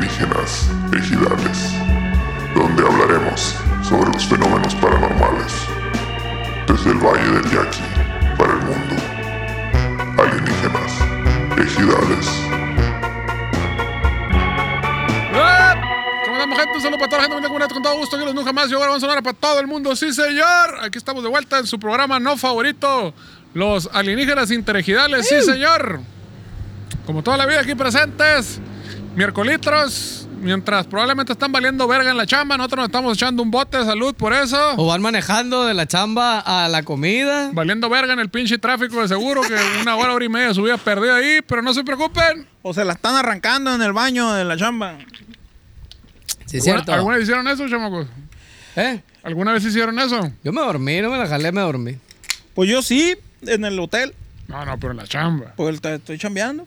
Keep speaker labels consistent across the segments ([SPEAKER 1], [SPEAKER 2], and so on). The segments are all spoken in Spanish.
[SPEAKER 1] Leyendas Ejidales, donde hablaremos sobre los fenómenos paranormales desde el Valle del Yaqui para el mundo. Alienígenas, ejidales.
[SPEAKER 2] ¡Eh! ¿Cómo andamos, gente? Un saludo para toda la gente. Bonita comunidad, con todo gusto. Yo los nunca más. Yo ahora vamos a sonar para todo el mundo. ¡Sí, señor! Aquí estamos de vuelta en su programa no favorito, Los Alienígenas Interejidales. ¡Sí, señor! Como toda la vida aquí presentes, miércolitros, mientras probablemente están valiendo verga en la chamba, nosotros nos estamos echando un bote de salud por eso.
[SPEAKER 3] O van manejando de la chamba a la comida.
[SPEAKER 2] Valiendo verga en el pinche tráfico de seguro, que una hora, hora y media de su vida perdida ahí, pero no se preocupen.
[SPEAKER 4] O se la están arrancando en el baño de la chamba.
[SPEAKER 3] Sí, es cierto.
[SPEAKER 2] ¿Alguna vez hicieron eso, chamacos?
[SPEAKER 3] ¿Eh?
[SPEAKER 2] ¿Alguna vez hicieron eso?
[SPEAKER 3] Yo me dormí, no me la jalé, me dormí.
[SPEAKER 4] Pues yo sí, en el hotel,
[SPEAKER 2] No, no, pero en la chamba.
[SPEAKER 4] pues te- estoy chambeando.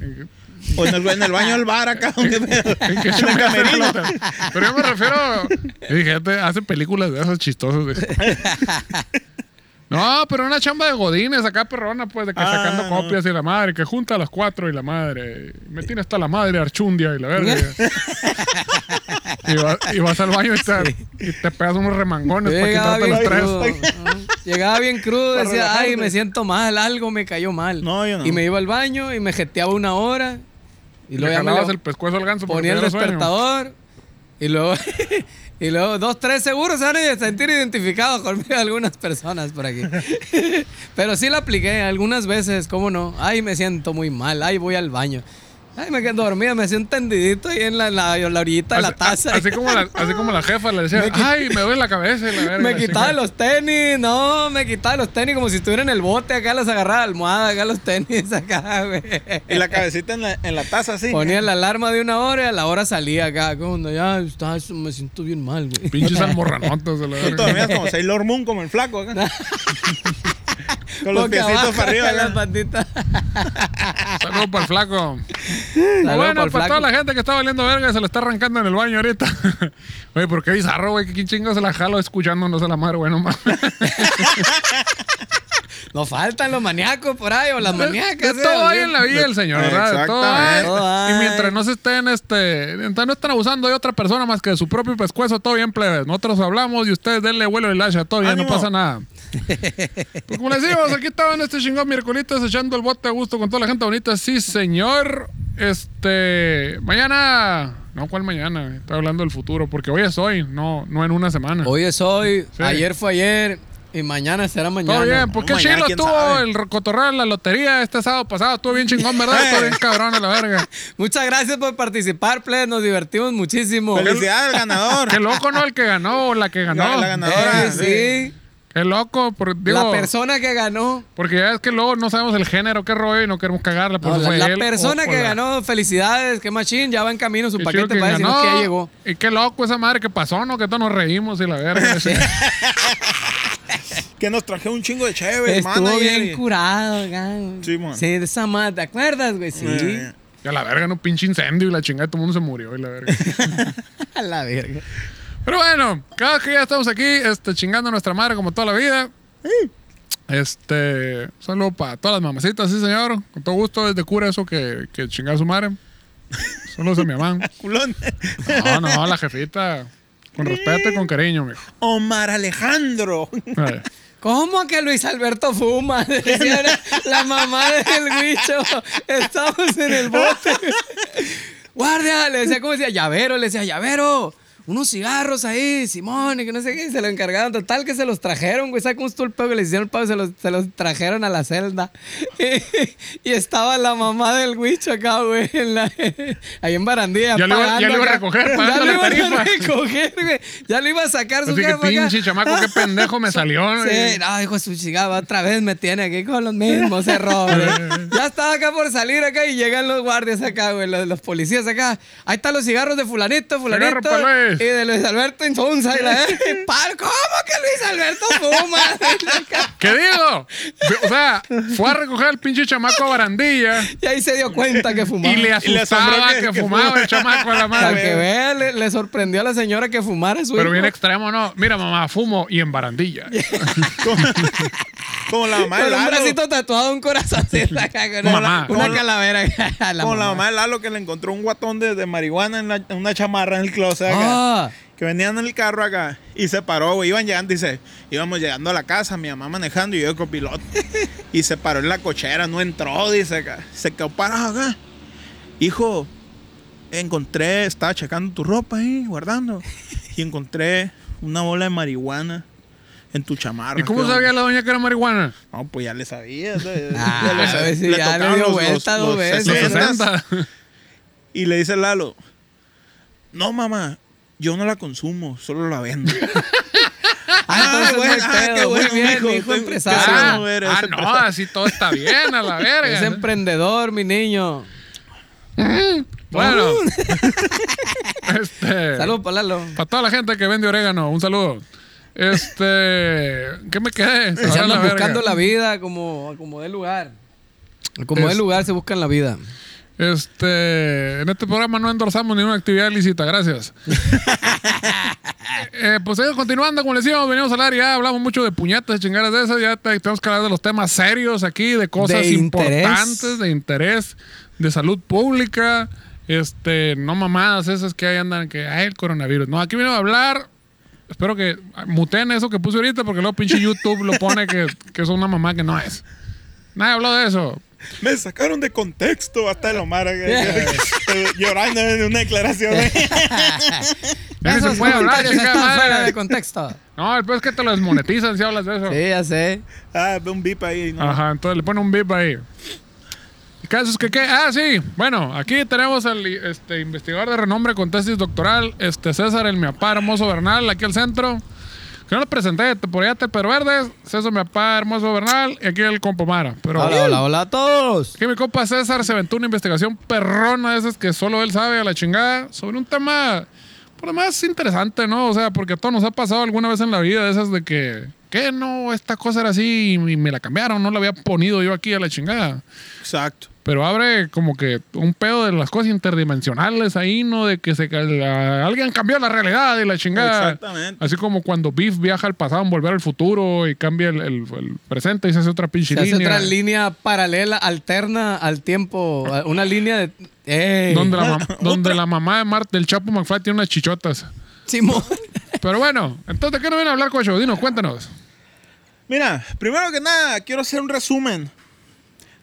[SPEAKER 2] ¿En qué-
[SPEAKER 4] O en el, en el baño del bar acá. Donde me-
[SPEAKER 2] en qué
[SPEAKER 4] en el
[SPEAKER 2] chamba hacen
[SPEAKER 4] camerino.
[SPEAKER 2] notas? Pero yo me refiero. Fíjate, hacen películas de esas chistosas. de- No, pero una chamba de godines acá, perrona, pues, de que
[SPEAKER 4] Ah,
[SPEAKER 2] sacando
[SPEAKER 4] no.
[SPEAKER 2] copias y la madre, que junta a las cuatro y la madre. y Me tiene hasta la madre archundia y la verga. y, va- y vas al baño y te, y te pegas unos remangones para
[SPEAKER 3] Llegaba
[SPEAKER 2] quitarte
[SPEAKER 3] bien,
[SPEAKER 2] los tres.
[SPEAKER 3] crudo. Ajá. Llegaba bien crudo,
[SPEAKER 4] Para
[SPEAKER 3] decía, ay,
[SPEAKER 4] relajarte.
[SPEAKER 3] me siento mal, algo me cayó mal.
[SPEAKER 4] No, yo no.
[SPEAKER 3] Y me iba al baño y me jeteaba una hora. Y
[SPEAKER 2] Y
[SPEAKER 3] luego
[SPEAKER 2] le
[SPEAKER 3] ya me
[SPEAKER 2] jalabas
[SPEAKER 3] le-
[SPEAKER 2] el pescuezo al ganso. porque
[SPEAKER 3] ponía el
[SPEAKER 2] tenía sueño.
[SPEAKER 3] despertador. Y luego, y luego, dos, tres seguros se van a sentir identificados conmigo algunas personas por aquí. Pero sí la apliqué algunas veces, ¿cómo no? Ay, me siento muy mal, ay, voy al baño. Ay, me quedo dormida, me siento tendidito ahí en la, la, la orillita de la
[SPEAKER 2] Así- a-
[SPEAKER 3] taza.
[SPEAKER 2] Así, como la, así como la jefa le decía,
[SPEAKER 3] Me quit-
[SPEAKER 2] ay, me duele la cabeza. y la verga,
[SPEAKER 3] Me
[SPEAKER 2] la
[SPEAKER 3] quitaba
[SPEAKER 2] chingada.
[SPEAKER 3] los tenis, no, me quitaba los tenis como si estuviera en el bote, acá las agarraba almohada, acá los tenis, acá, güey.
[SPEAKER 4] Y la cabecita en la, en la taza así.
[SPEAKER 3] Ponía la alarma de una hora y a la hora salía acá, cuando ya está, eso me siento bien mal, güey.
[SPEAKER 2] Pinches almorranotas de la
[SPEAKER 4] Tú
[SPEAKER 2] verga.
[SPEAKER 4] dormías como Sailor Moon, como el flaco acá. Con los
[SPEAKER 3] Boca
[SPEAKER 4] piecitos
[SPEAKER 3] abajo,
[SPEAKER 4] para arriba.
[SPEAKER 3] acá las
[SPEAKER 4] acá.
[SPEAKER 3] patitas.
[SPEAKER 2] Saludos para el flaco.
[SPEAKER 3] Saludos
[SPEAKER 2] bueno,
[SPEAKER 3] pa'l
[SPEAKER 2] para
[SPEAKER 3] flaco.
[SPEAKER 2] toda la gente que está valiendo verga, se la está arrancando en el baño ahorita. Oye, ¿por qué bizarro, güey? ¿Qué chingo se la jalo escuchándonos a la madre, güey? No mames.
[SPEAKER 3] No faltan los maníacos por ahí o las
[SPEAKER 2] Pues, De
[SPEAKER 3] maníacas. ¿eh?
[SPEAKER 2] todo hay en la vida del señor, ¿verdad? De todo hay.
[SPEAKER 4] Exactamente.
[SPEAKER 3] Todo hay.
[SPEAKER 2] Y mientras no se estén, este, mientras no estén abusando de otra persona más que de su propio pescuezo, todo bien, plebes. Nosotros hablamos y ustedes denle vuelo y lacha, todo bien, no
[SPEAKER 4] Ánimo.
[SPEAKER 2] pasa nada. Pues como les decimos, aquí estaban este chingón miércoles echando el bote a gusto con toda la gente bonita. Sí, señor. Este, mañana, no, ¿cuál mañana? Estoy hablando del futuro, porque hoy es hoy, no, no en una semana.
[SPEAKER 3] Hoy es hoy,
[SPEAKER 2] Sí.
[SPEAKER 3] ayer fue ayer y mañana será mañana.
[SPEAKER 2] Todo bien, pues. porque
[SPEAKER 4] Mañana,
[SPEAKER 2] Chilo
[SPEAKER 4] quién
[SPEAKER 2] tuvo
[SPEAKER 4] sabe.
[SPEAKER 2] el cotorreo en la lotería este sábado pasado, estuvo bien chingón, ¿verdad? Estuvo bien cabrón a la verga.
[SPEAKER 3] Muchas gracias por participar, plebes. Nos divertimos muchísimo.
[SPEAKER 4] Felicidades al ganador.
[SPEAKER 2] Qué loco, ¿no? El que ganó o la que ganó.
[SPEAKER 4] La- la
[SPEAKER 3] Eh,
[SPEAKER 4] ganadora.
[SPEAKER 3] sí.
[SPEAKER 2] Qué loco, por- digo,
[SPEAKER 3] la persona que ganó.
[SPEAKER 2] porque ya es que luego no sabemos el género, qué rollo y no queremos cagarla. por
[SPEAKER 3] no,
[SPEAKER 2] eso
[SPEAKER 3] la
[SPEAKER 2] fue
[SPEAKER 3] la
[SPEAKER 2] él
[SPEAKER 3] persona
[SPEAKER 2] o- o
[SPEAKER 3] que
[SPEAKER 2] la-
[SPEAKER 3] ganó, felicidades, qué machín, ya va en camino su
[SPEAKER 2] qué chido
[SPEAKER 3] paquete
[SPEAKER 2] que
[SPEAKER 3] para decirnos que ya llegó.
[SPEAKER 2] Y qué loco esa madre que pasó, ¿no? Que todos nos reímos y la verga.
[SPEAKER 4] Que nos traje un chingo de chévere,
[SPEAKER 3] Estuvo
[SPEAKER 4] hermano.
[SPEAKER 3] bien curado, gan.
[SPEAKER 4] Sí, man.
[SPEAKER 3] de esa madre, ¿te acuerdas, güey? Sí.
[SPEAKER 4] Eh,
[SPEAKER 2] y a la verga, no pinche incendio y la chingada, todo el mundo se murió y la verga.
[SPEAKER 3] A la verga.
[SPEAKER 2] Pero bueno, cada que ya estamos aquí, este, chingando a nuestra madre como toda la vida. Este, un saludo para todas las mamacitas, sí señor. Con todo gusto, desde cura eso que, que chingar a su madre. Saludos a mi mamá.
[SPEAKER 4] Culón.
[SPEAKER 2] No, no, la jefita. Con respeto y con cariño, mijo.
[SPEAKER 4] Omar Alejandro.
[SPEAKER 2] Eh,
[SPEAKER 3] ¿Cómo que Luis Alberto fuma? Decía la- la mamá del bicho. Estamos en el bote. Guardia, le decía, ¿cómo decía? Llavero, le decía, llavero. Unos cigarros ahí, Simón, y que no sé qué, y se lo encargaron. Total, que se los trajeron, güey. Sacó un stulpeo que le hicieron el pavo y se los, se los trajeron a la celda. y estaba la mamá del huicho acá, güey, en la- ahí en Barandilla.
[SPEAKER 2] Ya lo iba- ya
[SPEAKER 3] pagando
[SPEAKER 2] lo iba a
[SPEAKER 3] acá.
[SPEAKER 2] recoger,
[SPEAKER 3] Ya
[SPEAKER 2] pagando
[SPEAKER 3] lo
[SPEAKER 2] la
[SPEAKER 3] iban a
[SPEAKER 2] tarifa.
[SPEAKER 3] recoger, güey. Ya lo iba a sacar su
[SPEAKER 2] Así que
[SPEAKER 3] jefa acá.
[SPEAKER 2] pinche chamaco, qué pendejo me salió. eh.
[SPEAKER 3] Sí, no, hijo de su chingada, otra vez me tiene aquí con los mismos errores. ya estaba acá por salir acá y llegan los guardias acá, güey, los, los policías acá. Ahí están los cigarros de fulanito, fulanito.
[SPEAKER 2] Cigarro pa' Flores.
[SPEAKER 3] Y de Luis Alberto Insunza. Y la Par, ¿Cómo que Luis Alberto fuma?
[SPEAKER 2] ¿Qué digo? O sea, fue a recoger al pinche chamaco a barandilla
[SPEAKER 3] y ahí se dio cuenta que fumaba.
[SPEAKER 2] y le
[SPEAKER 4] Y le asombró
[SPEAKER 2] asustaba
[SPEAKER 4] que-
[SPEAKER 2] que,
[SPEAKER 4] que
[SPEAKER 2] fumaba
[SPEAKER 4] fumaba.
[SPEAKER 2] el chamaco a la
[SPEAKER 3] Para que
[SPEAKER 2] madre.
[SPEAKER 3] vea, le, le sorprendió a la señora que fumara su
[SPEAKER 2] Pero bien
[SPEAKER 3] hijo.
[SPEAKER 2] extremo, ¿no? Mira, mamá, fumo y en barandilla.
[SPEAKER 4] Como, como la mamá de
[SPEAKER 3] Con un
[SPEAKER 4] Lalo.
[SPEAKER 3] bracito tatuado, un corazoncito acá, con una,
[SPEAKER 2] Mamá.
[SPEAKER 3] una
[SPEAKER 4] Con la-
[SPEAKER 3] calavera acá,
[SPEAKER 4] Como la mamá de Lalo que le encontró un guatón de, de marihuana en, la- en una chamarra en el closet
[SPEAKER 3] Ah,
[SPEAKER 4] acá. Que venían en el carro acá y se paró, güey. Iban llegando, dice, íbamos llegando a la casa, mi mamá manejando y yo de copiloto. y se paró en la cochera, no entró, dice acá. Se quedó parado acá. Hijo, encontré, estaba checando tu ropa ahí, guardando. Y encontré una bola de marihuana en tu chamarra.
[SPEAKER 2] ¿Y cómo
[SPEAKER 4] ¿Qué
[SPEAKER 2] sabía
[SPEAKER 4] onda?"
[SPEAKER 2] la doña que era marihuana?
[SPEAKER 4] No, pues ya le sabía. ¿sabes?
[SPEAKER 3] Ah,
[SPEAKER 4] Ya le sab-
[SPEAKER 3] ves, ya le
[SPEAKER 4] tocaron
[SPEAKER 3] dio vuelta dos veces.
[SPEAKER 2] Los Ah,
[SPEAKER 4] 60s.
[SPEAKER 2] 60.
[SPEAKER 4] Y le dice Lalo, no mamá, yo no la consumo, solo la vendo.
[SPEAKER 3] ah, entonces
[SPEAKER 4] bueno,
[SPEAKER 3] no hay
[SPEAKER 4] ah,
[SPEAKER 3] pedo,
[SPEAKER 4] qué
[SPEAKER 3] muy
[SPEAKER 4] bueno,
[SPEAKER 3] bien,
[SPEAKER 4] hijo,
[SPEAKER 3] mi hijo
[SPEAKER 4] qué-
[SPEAKER 3] empresario.
[SPEAKER 4] qué
[SPEAKER 2] Ah,
[SPEAKER 4] bueno ver
[SPEAKER 2] ah,
[SPEAKER 4] ese
[SPEAKER 2] no,
[SPEAKER 4] pedo.
[SPEAKER 2] así todo está bien a la
[SPEAKER 3] Es
[SPEAKER 2] verga.
[SPEAKER 3] emprendedor, mi niño.
[SPEAKER 2] Bueno. eh, este,
[SPEAKER 3] Mm. Salud, Palalo.
[SPEAKER 2] Para toda la gente que vende orégano, un saludo. Este, ¿qué me quedé?
[SPEAKER 3] Se
[SPEAKER 2] Ahora la
[SPEAKER 3] andan
[SPEAKER 2] verga.
[SPEAKER 3] buscando la vida como, como de lugar. Como
[SPEAKER 2] Es-
[SPEAKER 3] de lugar se buscan la vida.
[SPEAKER 2] Este, en este programa no endorsamos ninguna actividad ilícita, gracias. Eh, pues eh, continuando, como les decíamos, venimos a hablar, ya hablamos mucho de puñetas y chingadas de esas, ya te- tenemos que hablar de los temas serios aquí, de cosas
[SPEAKER 3] De interés.
[SPEAKER 2] importantes, de interés, de salud pública, este, no mamadas esas que ahí andan, que hay el coronavirus. No, aquí vino a hablar, espero que muten eso que puse ahorita, porque luego pinche YouTube lo pone que, que es una mamá que no es. Nadie habló de eso.
[SPEAKER 4] Me sacaron de contexto hasta el Omar acá, llorando en una declaración. eh.
[SPEAKER 2] Ya ni se
[SPEAKER 3] Esos
[SPEAKER 2] puede hablar,
[SPEAKER 3] comentarios
[SPEAKER 2] chingada
[SPEAKER 3] están
[SPEAKER 2] madre.
[SPEAKER 3] fuera de contexto.
[SPEAKER 2] No, el peor es que te lo desmonetizan si hablas de eso.
[SPEAKER 3] Sí, ya sé.
[SPEAKER 4] ah, ve un bip ahí. ¿no?
[SPEAKER 2] Ajá, entonces le ponen un bip ahí. El caso es que, ¿qué? Ah, sí. Bueno, aquí tenemos al este, investigador de renombre con tesis doctoral, este César El Miapá Hermoso Bernal, aquí al centro. Que no lo presenté, te- por allá te pero verdes, César Miapá Hermoso Bernal y aquí el compomara. Pero
[SPEAKER 3] Hola, hola, hola a todos.
[SPEAKER 2] que mi compa César se aventó una investigación perrona de esas que solo él sabe a la chingada sobre un tema por lo más interesante, ¿no? O sea, porque a todos nos ha pasado alguna vez en la vida de esas de que, ¿qué no? Esta cosa era así y me la cambiaron, no la había ponido yo aquí a la chingada.
[SPEAKER 4] Exacto.
[SPEAKER 2] Pero abre como que un pedo de las cosas interdimensionales ahí, ¿no? De que se, ca- la- alguien cambió la realidad y la chingada.
[SPEAKER 4] Exactamente.
[SPEAKER 2] Así como cuando Biff viaja al pasado en volver al futuro y cambia el, el- el presente y se hace otra pinche
[SPEAKER 3] Se hace
[SPEAKER 2] línea.
[SPEAKER 3] otra línea paralela, alterna al tiempo. Una línea de. ¡Ey!
[SPEAKER 2] Donde la, mam- donde la mamá de Mart, del Chapo McFly tiene unas chichotas.
[SPEAKER 3] Simón.
[SPEAKER 2] Pero bueno, entonces, ¿de qué nos viene a hablar, Cocho? Dinos, cuéntanos.
[SPEAKER 4] Mira, primero que nada, quiero hacer un resumen.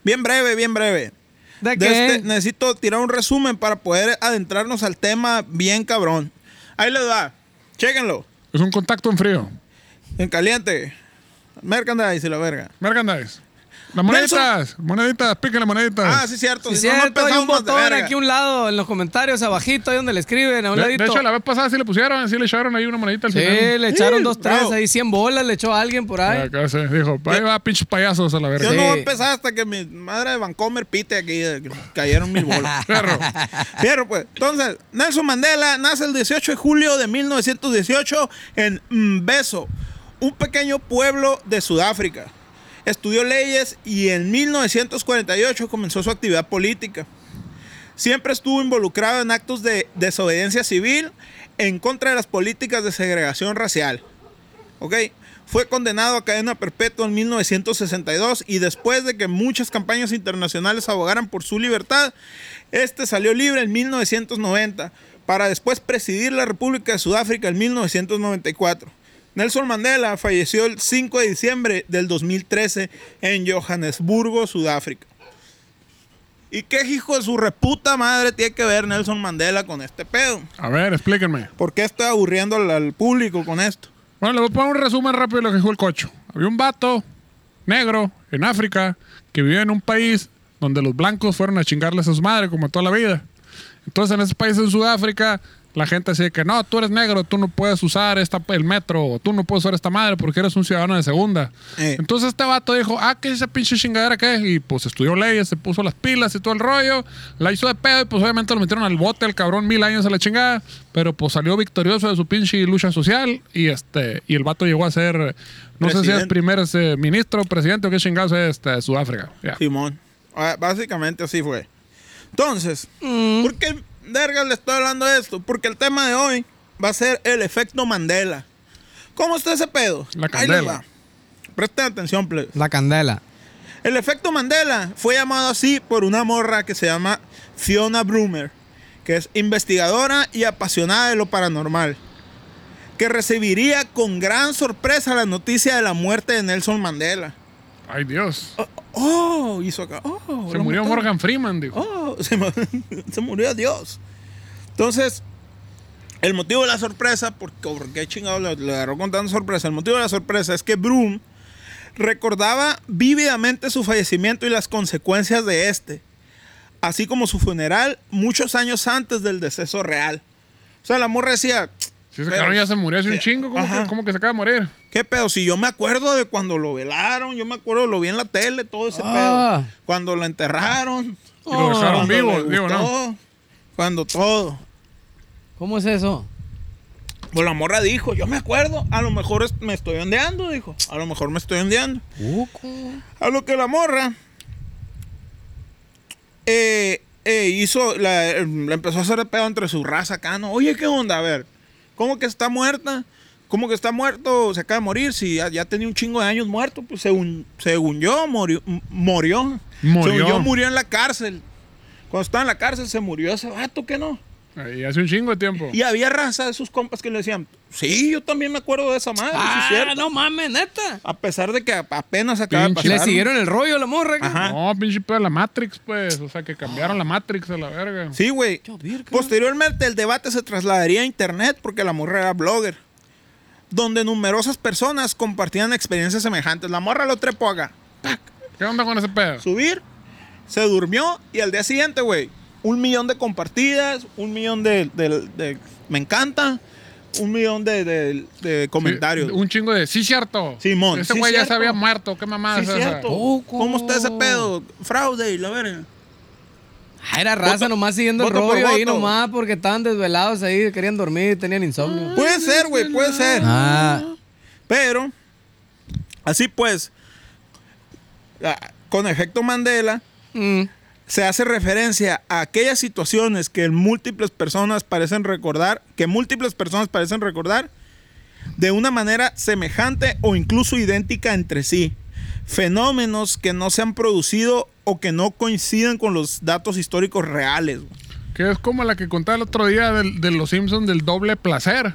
[SPEAKER 4] Bien breve, bien breve.
[SPEAKER 3] ¿De
[SPEAKER 4] De
[SPEAKER 3] qué?
[SPEAKER 4] este- necesito tirar un resumen para poder adentrarnos al tema bien cabrón. Ahí les va. Chéquenlo.
[SPEAKER 2] Es un contacto en frío.
[SPEAKER 4] En caliente. Merchandise y la verga.
[SPEAKER 2] Merchandise. Las moneditas, moneditas, piquen las moneditas.
[SPEAKER 4] Ah, sí, cierto.
[SPEAKER 3] Sí,
[SPEAKER 4] si no, no
[SPEAKER 3] cierto, hay un
[SPEAKER 4] empezamos de
[SPEAKER 3] botón
[SPEAKER 4] verga.
[SPEAKER 3] aquí a un lado, en los comentarios, abajito, ahí donde le escriben, a un
[SPEAKER 2] de, de
[SPEAKER 3] ladito.
[SPEAKER 2] hecho, la vez pasada sí le pusieron, sí le echaron ahí una monedita al
[SPEAKER 3] Sí,
[SPEAKER 2] final. Ah,
[SPEAKER 3] le echaron
[SPEAKER 4] Sí,
[SPEAKER 3] dos, tres,
[SPEAKER 4] bravo.
[SPEAKER 3] ahí 100 bolas le echó a alguien por ahí.
[SPEAKER 2] Acá se dijo, ahí va, pinches payasos a la verga.
[SPEAKER 4] Yo no voy a
[SPEAKER 3] Sí.
[SPEAKER 4] empezar hasta que mi madre de Vancomer pite aquí. eh, que Cayeron mil bolas.
[SPEAKER 2] Perro.
[SPEAKER 4] Pero pues, entonces, Nelson Mandela nace el 18 de julio de 1918 en Mbeso, un pequeño pueblo de Sudáfrica. Estudió leyes y en 1948 comenzó su actividad política. Siempre estuvo involucrado en actos de desobediencia civil en contra de las políticas de segregación racial. ¿ok? Fue condenado a cadena perpetua en 1962 y después de que muchas campañas internacionales abogaran por su libertad, este salió libre en 1990 para después presidir la República de Sudáfrica en 1994. Nelson Mandela falleció el 5 de diciembre del 2013 en Johannesburgo, Sudáfrica. ¿Y qué hijo de su reputa madre tiene que ver Nelson Mandela con este pedo?
[SPEAKER 2] A ver, explíquenme.
[SPEAKER 4] ¿Por qué estoy aburriendo al- al público con esto?
[SPEAKER 2] Bueno, le voy a poner un resumen rápido de lo que dijo el Cocho. Había un vato negro en África que vivía en un país donde los blancos fueron a chingarle a sus madres como toda la vida. Entonces, en ese país en Sudáfrica, la gente así de que no, tú eres negro, tú no puedes usar esta, el metro, o tú no puedes usar esta madre porque eres un ciudadano de segunda.
[SPEAKER 4] Eh.
[SPEAKER 2] Entonces este vato dijo, ah, ¿qué es esa pinche chingadera que es? Y pues estudió leyes, se puso las pilas y todo el rollo, la hizo de pedo y pues obviamente lo metieron al bote, el cabrón, mil años a la chingada, pero pues salió victorioso de su pinche lucha social y este, y el vato llegó a ser, no sé si es
[SPEAKER 4] Presidente.
[SPEAKER 2] primer eh, ministro, presidente o qué chingados es este, de Sudáfrica. Ya.
[SPEAKER 4] Simón. Ah, Básicamente así fue. Entonces,
[SPEAKER 2] Mm.
[SPEAKER 4] ¿por qué verga le estoy hablando de esto? Porque el tema de hoy va a ser el efecto Mandela. ¿Cómo está ese pedo?
[SPEAKER 2] La
[SPEAKER 4] Ahí les
[SPEAKER 2] candela.
[SPEAKER 4] va. Presten atención, plebes.
[SPEAKER 3] La candela.
[SPEAKER 4] El efecto Mandela fue llamado así por una morra que se llama Fiona Brummer, que es investigadora y apasionada de lo paranormal, que recibiría con gran sorpresa la noticia de la muerte de Nelson Mandela.
[SPEAKER 2] Ay Dios.
[SPEAKER 4] Oh, hizo acá. Oh,
[SPEAKER 2] Se
[SPEAKER 4] lo
[SPEAKER 2] murió
[SPEAKER 4] mató.
[SPEAKER 2] Morgan Freeman, dijo.
[SPEAKER 4] Oh, se, mu- se murió Dios. Entonces, el motivo de la sorpresa, porque oh, ¿por qué chingado le, le agarró con tanta sorpresa, el motivo de la sorpresa es que Broom recordaba vívidamente su fallecimiento y las consecuencias de este, así como su funeral muchos años antes del deceso real. O sea, la morra decía,
[SPEAKER 2] Si ese
[SPEAKER 4] Pero-
[SPEAKER 2] cabrón ya se murió hace un
[SPEAKER 4] eh,
[SPEAKER 2] chingo, ¿cómo
[SPEAKER 4] ajá.
[SPEAKER 2] que, cómo que se acaba de morir?
[SPEAKER 4] ¿Qué pedo? Si yo me acuerdo de cuando lo velaron, yo me acuerdo, lo vi en la tele, todo ese
[SPEAKER 3] Ah.
[SPEAKER 4] pedo. Cuando lo enterraron.
[SPEAKER 2] Y lo dejaron
[SPEAKER 4] cuando
[SPEAKER 2] vivo,
[SPEAKER 4] le
[SPEAKER 2] digo, ¿no?
[SPEAKER 4] gustó, Cuando todo.
[SPEAKER 3] ¿Cómo es eso?
[SPEAKER 4] Pues la morra dijo, yo me acuerdo, a lo mejor es- me estoy ondeando, dijo. A lo mejor me estoy ondeando. A lo que la morra eh, eh, hizo, la, eh, la empezó a hacer de pedo entre su raza acá, ¿no? Oye, ¿qué onda? A ver, ¿cómo que está muerta? ¿Cómo que está muerto? Se acaba de morir. Si ya, ya tenía un chingo de años muerto, pues según, según yo, murió, m- murió.
[SPEAKER 2] Murió.
[SPEAKER 4] Según yo, murió en la cárcel. Cuando estaba en la cárcel, se murió ese vato, ¿qué no?
[SPEAKER 2] Ahí hace un chingo de tiempo.
[SPEAKER 4] Y había raza de sus compas que le decían, sí, yo también me acuerdo de esa madre, sí es
[SPEAKER 3] Ah,
[SPEAKER 4] cierto".
[SPEAKER 3] no mames, neta.
[SPEAKER 4] A pesar de que a- apenas acaba de
[SPEAKER 2] Pinche-
[SPEAKER 4] pasar.
[SPEAKER 3] Le siguieron el rollo a la morra. acá.
[SPEAKER 4] Ajá.
[SPEAKER 2] No, pinche pedo de la Matrix, pues. O sea, que cambiaron la Matrix a la verga.
[SPEAKER 4] Sí, güey.
[SPEAKER 3] Yo, virga.
[SPEAKER 4] Posteriormente, el debate se trasladaría a internet porque la morra era blogger. Donde numerosas personas compartían experiencias semejantes. La morra lo trepó acá.
[SPEAKER 2] ¿Qué onda con ese pedo?
[SPEAKER 4] Subir, se durmió y al día siguiente, güey, un millón de compartidas, un millón de, de- de- me encanta, un millón de, de- de comentarios.
[SPEAKER 2] Sí, Un chingo de, sí, cierto.
[SPEAKER 4] Simón,
[SPEAKER 2] Ese
[SPEAKER 4] sí,
[SPEAKER 2] güey ya
[SPEAKER 4] cierto.
[SPEAKER 2] se había muerto, qué mamada.
[SPEAKER 4] Sí,
[SPEAKER 2] es esa?
[SPEAKER 4] cierto.
[SPEAKER 3] Poco.
[SPEAKER 4] ¿Cómo está ese pedo? Fraude y la verga.
[SPEAKER 3] Ah, era raza
[SPEAKER 4] Voto-
[SPEAKER 3] nomás siguiendo el
[SPEAKER 4] voto por
[SPEAKER 3] rollo ahí
[SPEAKER 4] voto.
[SPEAKER 3] nomás porque estaban desvelados ahí, querían dormir, tenían insomnio.
[SPEAKER 4] Puede ser, güey, puede ser.
[SPEAKER 3] Ah,
[SPEAKER 4] Pero, así pues, la- con efecto Mandela,
[SPEAKER 3] mm,
[SPEAKER 4] se hace referencia a aquellas situaciones que múltiples personas parecen recordar, que múltiples personas parecen recordar de una manera semejante o incluso idéntica entre sí. Fenómenos que no se han producido o que no coinciden con los datos históricos reales. güey.
[SPEAKER 2] Que es como la que contaba el otro día del- de los Simpsons del doble placer.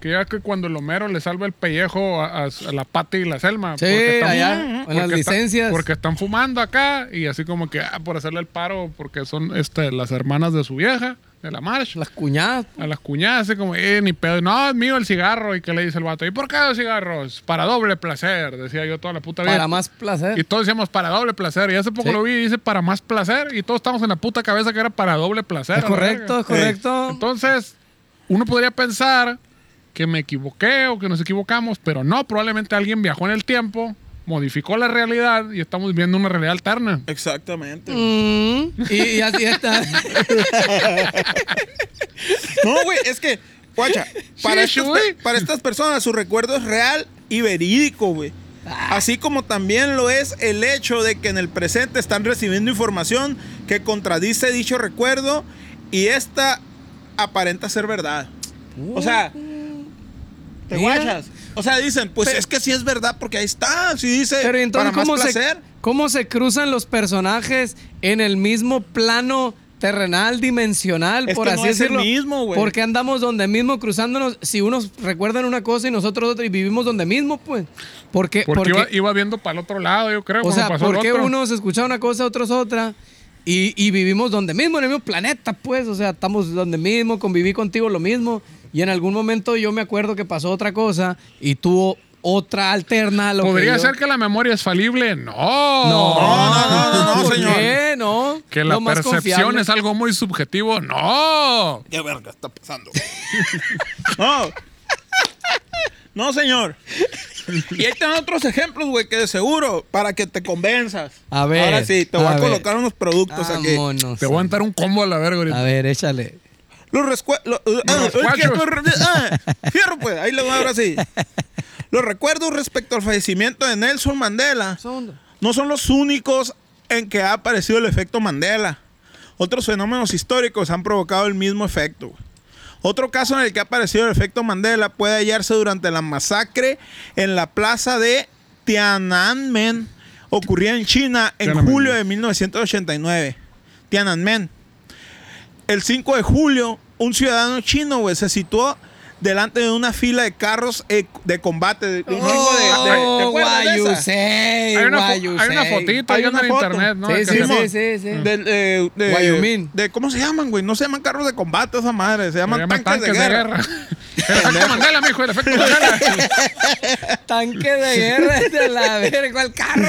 [SPEAKER 2] Que ya que cuando el Homero le salva el pellejo a, a- a la Patty y la Selma.
[SPEAKER 3] Sí, allá, con las
[SPEAKER 2] porque está-
[SPEAKER 3] licencias.
[SPEAKER 2] porque están fumando acá y así como que ah, por hacerle el paro porque son este, las hermanas de su vieja, de la Marsh.
[SPEAKER 3] las cuñadas.
[SPEAKER 2] A las cuñadas, así como, eh, ni pedo. No, es mío el cigarro. ¿Y que le dice el vato? ¿Y por qué dos cigarros? Para doble placer, decía yo toda la puta vida.
[SPEAKER 3] Para más
[SPEAKER 2] Y
[SPEAKER 3] placer.
[SPEAKER 2] todos decíamos para doble placer. Y hace poco
[SPEAKER 3] Sí.
[SPEAKER 2] lo vi y dice para más placer. Y todos estamos en la puta cabeza que era para doble placer.
[SPEAKER 3] Es
[SPEAKER 2] a la verga.
[SPEAKER 3] correcto, es
[SPEAKER 4] Sí.
[SPEAKER 3] correcto.
[SPEAKER 2] Entonces, uno podría pensar que me equivoqué o que nos equivocamos, pero no, probablemente alguien viajó en el tiempo, modificó la realidad y estamos viviendo una realidad alterna.
[SPEAKER 4] Exactamente.
[SPEAKER 3] Mm, y, y así está.
[SPEAKER 4] No, güey, es que, guacha, para,
[SPEAKER 2] Sí,
[SPEAKER 4] estas,
[SPEAKER 2] güey.
[SPEAKER 4] para estas personas su recuerdo es real y verídico, güey.
[SPEAKER 3] Ah.
[SPEAKER 4] Así como también lo es el hecho de que en el presente están recibiendo información que contradice dicho recuerdo y esta aparenta ser verdad. O sea, te
[SPEAKER 3] Mira.
[SPEAKER 4] guachas. O sea, dicen, pues es que sí es verdad porque ahí está, sí dice.
[SPEAKER 3] Pero ¿y
[SPEAKER 4] para
[SPEAKER 3] entonces,
[SPEAKER 4] más
[SPEAKER 3] ¿cómo se,
[SPEAKER 4] placer.
[SPEAKER 3] ¿cómo se cruzan los personajes en el mismo plano terrenal, dimensional,
[SPEAKER 4] Es
[SPEAKER 3] por
[SPEAKER 4] que
[SPEAKER 3] así
[SPEAKER 4] no es el
[SPEAKER 3] decirlo?
[SPEAKER 4] mismo, güey.
[SPEAKER 3] Porque andamos donde mismo cruzándonos. Si unos recuerdan una cosa y nosotros otra y vivimos donde mismo, pues. ¿Por qué?
[SPEAKER 2] Porque,
[SPEAKER 3] porque-
[SPEAKER 2] iba, iba viendo para el otro lado, yo creo,
[SPEAKER 3] o
[SPEAKER 2] cuando
[SPEAKER 3] sea,
[SPEAKER 2] pasó el
[SPEAKER 3] ¿por qué
[SPEAKER 2] otro.
[SPEAKER 3] unos escuchaban una cosa, otros otra? Y, y vivimos donde mismo, en el mismo planeta, pues. O sea, estamos donde mismo, conviví contigo lo mismo. Y en algún momento yo me acuerdo que pasó otra cosa y tú otra alterna a lo que
[SPEAKER 2] ¿Podría
[SPEAKER 3] yo-
[SPEAKER 2] ser que la memoria es falible? No.
[SPEAKER 3] No,
[SPEAKER 4] no, no, no, no,
[SPEAKER 3] ¿por
[SPEAKER 4] señor.
[SPEAKER 3] qué? No.
[SPEAKER 2] Que la
[SPEAKER 3] Lo más
[SPEAKER 2] percepción
[SPEAKER 3] confiable.
[SPEAKER 2] es algo muy subjetivo. No.
[SPEAKER 5] ¿Qué verga está pasando?
[SPEAKER 4] No. No, señor. Y ahí están otros ejemplos, güey, que de seguro, para que te convenzas.
[SPEAKER 3] A ver,
[SPEAKER 4] Ahora sí, te voy a,
[SPEAKER 3] a ver.
[SPEAKER 4] colocar unos productos aquí.
[SPEAKER 3] Vámonos.
[SPEAKER 2] Te voy a dar un combo a la verga ahorita.
[SPEAKER 3] A ver, échale.
[SPEAKER 4] Los rescue- lo- eh, eh,
[SPEAKER 2] cuachos.
[SPEAKER 4] eh, eh, Fierro, pues, ahí le voy ahora sí. Los recuerdos respecto al fallecimiento de Nelson Mandela no son los únicos en que ha aparecido el efecto Mandela. Otros fenómenos históricos han provocado el mismo efecto. güey. Otro caso en el que ha aparecido el efecto Mandela puede hallarse durante la masacre en la plaza de Tiananmen, ocurrida en China en
[SPEAKER 2] Tiananmen.
[SPEAKER 4] julio de 1989. Tiananmen. El 5 de julio, un ciudadano chino, güey, se situó delante de una fila de carros eh, de combate. De, de un chingo de- de- ¿te
[SPEAKER 3] Oh,
[SPEAKER 4] acuerdas de
[SPEAKER 3] why you
[SPEAKER 4] esa?
[SPEAKER 3] say,
[SPEAKER 2] Hay una,
[SPEAKER 3] why
[SPEAKER 2] fo-
[SPEAKER 3] you
[SPEAKER 2] hay una
[SPEAKER 3] say.
[SPEAKER 2] fotito
[SPEAKER 4] Hay
[SPEAKER 2] ahí
[SPEAKER 4] una
[SPEAKER 2] en
[SPEAKER 4] foto.
[SPEAKER 2] internet, ¿no?
[SPEAKER 3] Sí,
[SPEAKER 2] Que
[SPEAKER 3] sí,
[SPEAKER 2] se-
[SPEAKER 3] sí, sí, sí.
[SPEAKER 2] Mm.
[SPEAKER 4] Del, eh, de,
[SPEAKER 3] Wyoming.
[SPEAKER 4] de- ¿Cómo se llaman, güey? No se llaman carros de combate esa madre, se llaman,
[SPEAKER 2] se llaman
[SPEAKER 4] tanques, de guerra.
[SPEAKER 2] el efecto Mandela, mijo, el efecto Mandela.
[SPEAKER 3] Tanque de guerra de la verga al carro.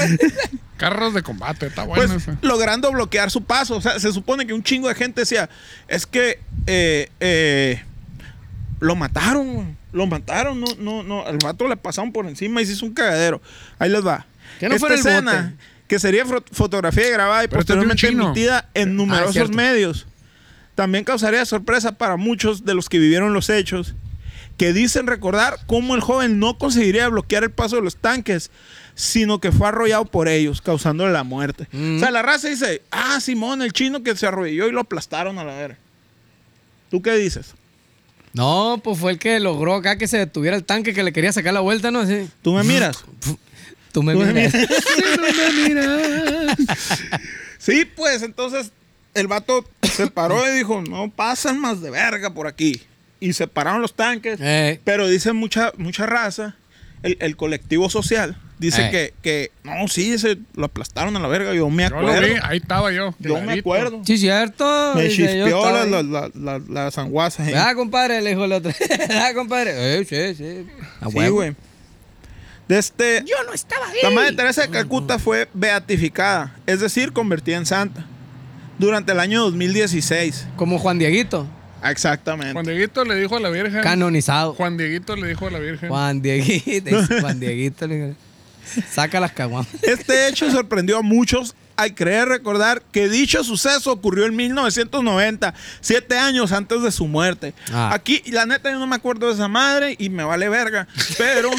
[SPEAKER 2] Carros de combate, está bueno
[SPEAKER 4] Pues
[SPEAKER 2] eso.
[SPEAKER 4] logrando bloquear su paso. O sea, se supone que un chingo de gente decía, es que eh, eh, lo mataron, güey. lo mataron, no, no, no, al vato le pasaron por encima y se hizo un cagadero. Ahí les va.
[SPEAKER 3] Que no fuera el bote.
[SPEAKER 4] que sería fro- fotografía grabada y
[SPEAKER 2] Pero este es de un
[SPEAKER 4] posteriormente
[SPEAKER 2] chino. Ah,
[SPEAKER 4] emitida en numerosos
[SPEAKER 3] cierto.
[SPEAKER 4] medios, también causaría sorpresa para muchos de los que vivieron los hechos, que dicen recordar cómo el joven no conseguiría bloquear el paso de los tanques, sino que fue arrollado por ellos, causándole la muerte.
[SPEAKER 3] Mm.
[SPEAKER 4] O sea, la raza dice, ah, Simón, el chino que se arrodilló y lo aplastaron a la verga. ¿Tú qué dices?
[SPEAKER 3] No, pues fue el que logró acá que se detuviera el tanque que le quería sacar la vuelta, ¿no? Así.
[SPEAKER 4] ¿Tú me miras?
[SPEAKER 3] Tú me
[SPEAKER 4] Tú me
[SPEAKER 3] miras.
[SPEAKER 4] Sí, pues entonces el vato se paró y dijo, no pasan más de verga por aquí. Y se pararon los tanques.
[SPEAKER 3] Eh.
[SPEAKER 4] Pero dice mucha, mucha raza, el, el colectivo social, dice
[SPEAKER 3] Eh.
[SPEAKER 4] que, que, no, sí, dice, lo aplastaron a la verga. Yo me
[SPEAKER 2] Yo lo
[SPEAKER 4] acuerdo.
[SPEAKER 2] vi, ahí estaba yo. de
[SPEAKER 4] Yo me
[SPEAKER 2] ladito.
[SPEAKER 4] acuerdo.
[SPEAKER 3] Sí, cierto.
[SPEAKER 4] Me
[SPEAKER 3] Dice, yo
[SPEAKER 4] chispeó
[SPEAKER 3] estaba
[SPEAKER 4] la,
[SPEAKER 3] ahí.
[SPEAKER 4] la, la, la, la sanguaza, eh.
[SPEAKER 3] Ah, compadre, le dijo el otro. Ah, compadre. Eh, sí, sí. A
[SPEAKER 4] Sí,
[SPEAKER 3] huevo.
[SPEAKER 4] güey. De este, Yo no estaba La madre Teresa de Calcuta fue beatificada, es decir, convertida en santa, durante el año 2016.
[SPEAKER 3] Como Juan Dieguito,
[SPEAKER 4] Ah, Exactamente.
[SPEAKER 2] Juan Dieguito le dijo a la Virgen.
[SPEAKER 3] canonizado.
[SPEAKER 2] Juan Dieguito le dijo a la Virgen.
[SPEAKER 3] Juan Dieguito, dice, Juan Dieguito. le digo. Saca las caguamas.
[SPEAKER 4] Este hecho sorprendió a muchos al creer recordar que dicho suceso ocurrió en 1990, siete años antes de su muerte.
[SPEAKER 3] Ah.
[SPEAKER 4] Aquí, la neta, yo no me acuerdo de esa madre y me vale verga. Pero,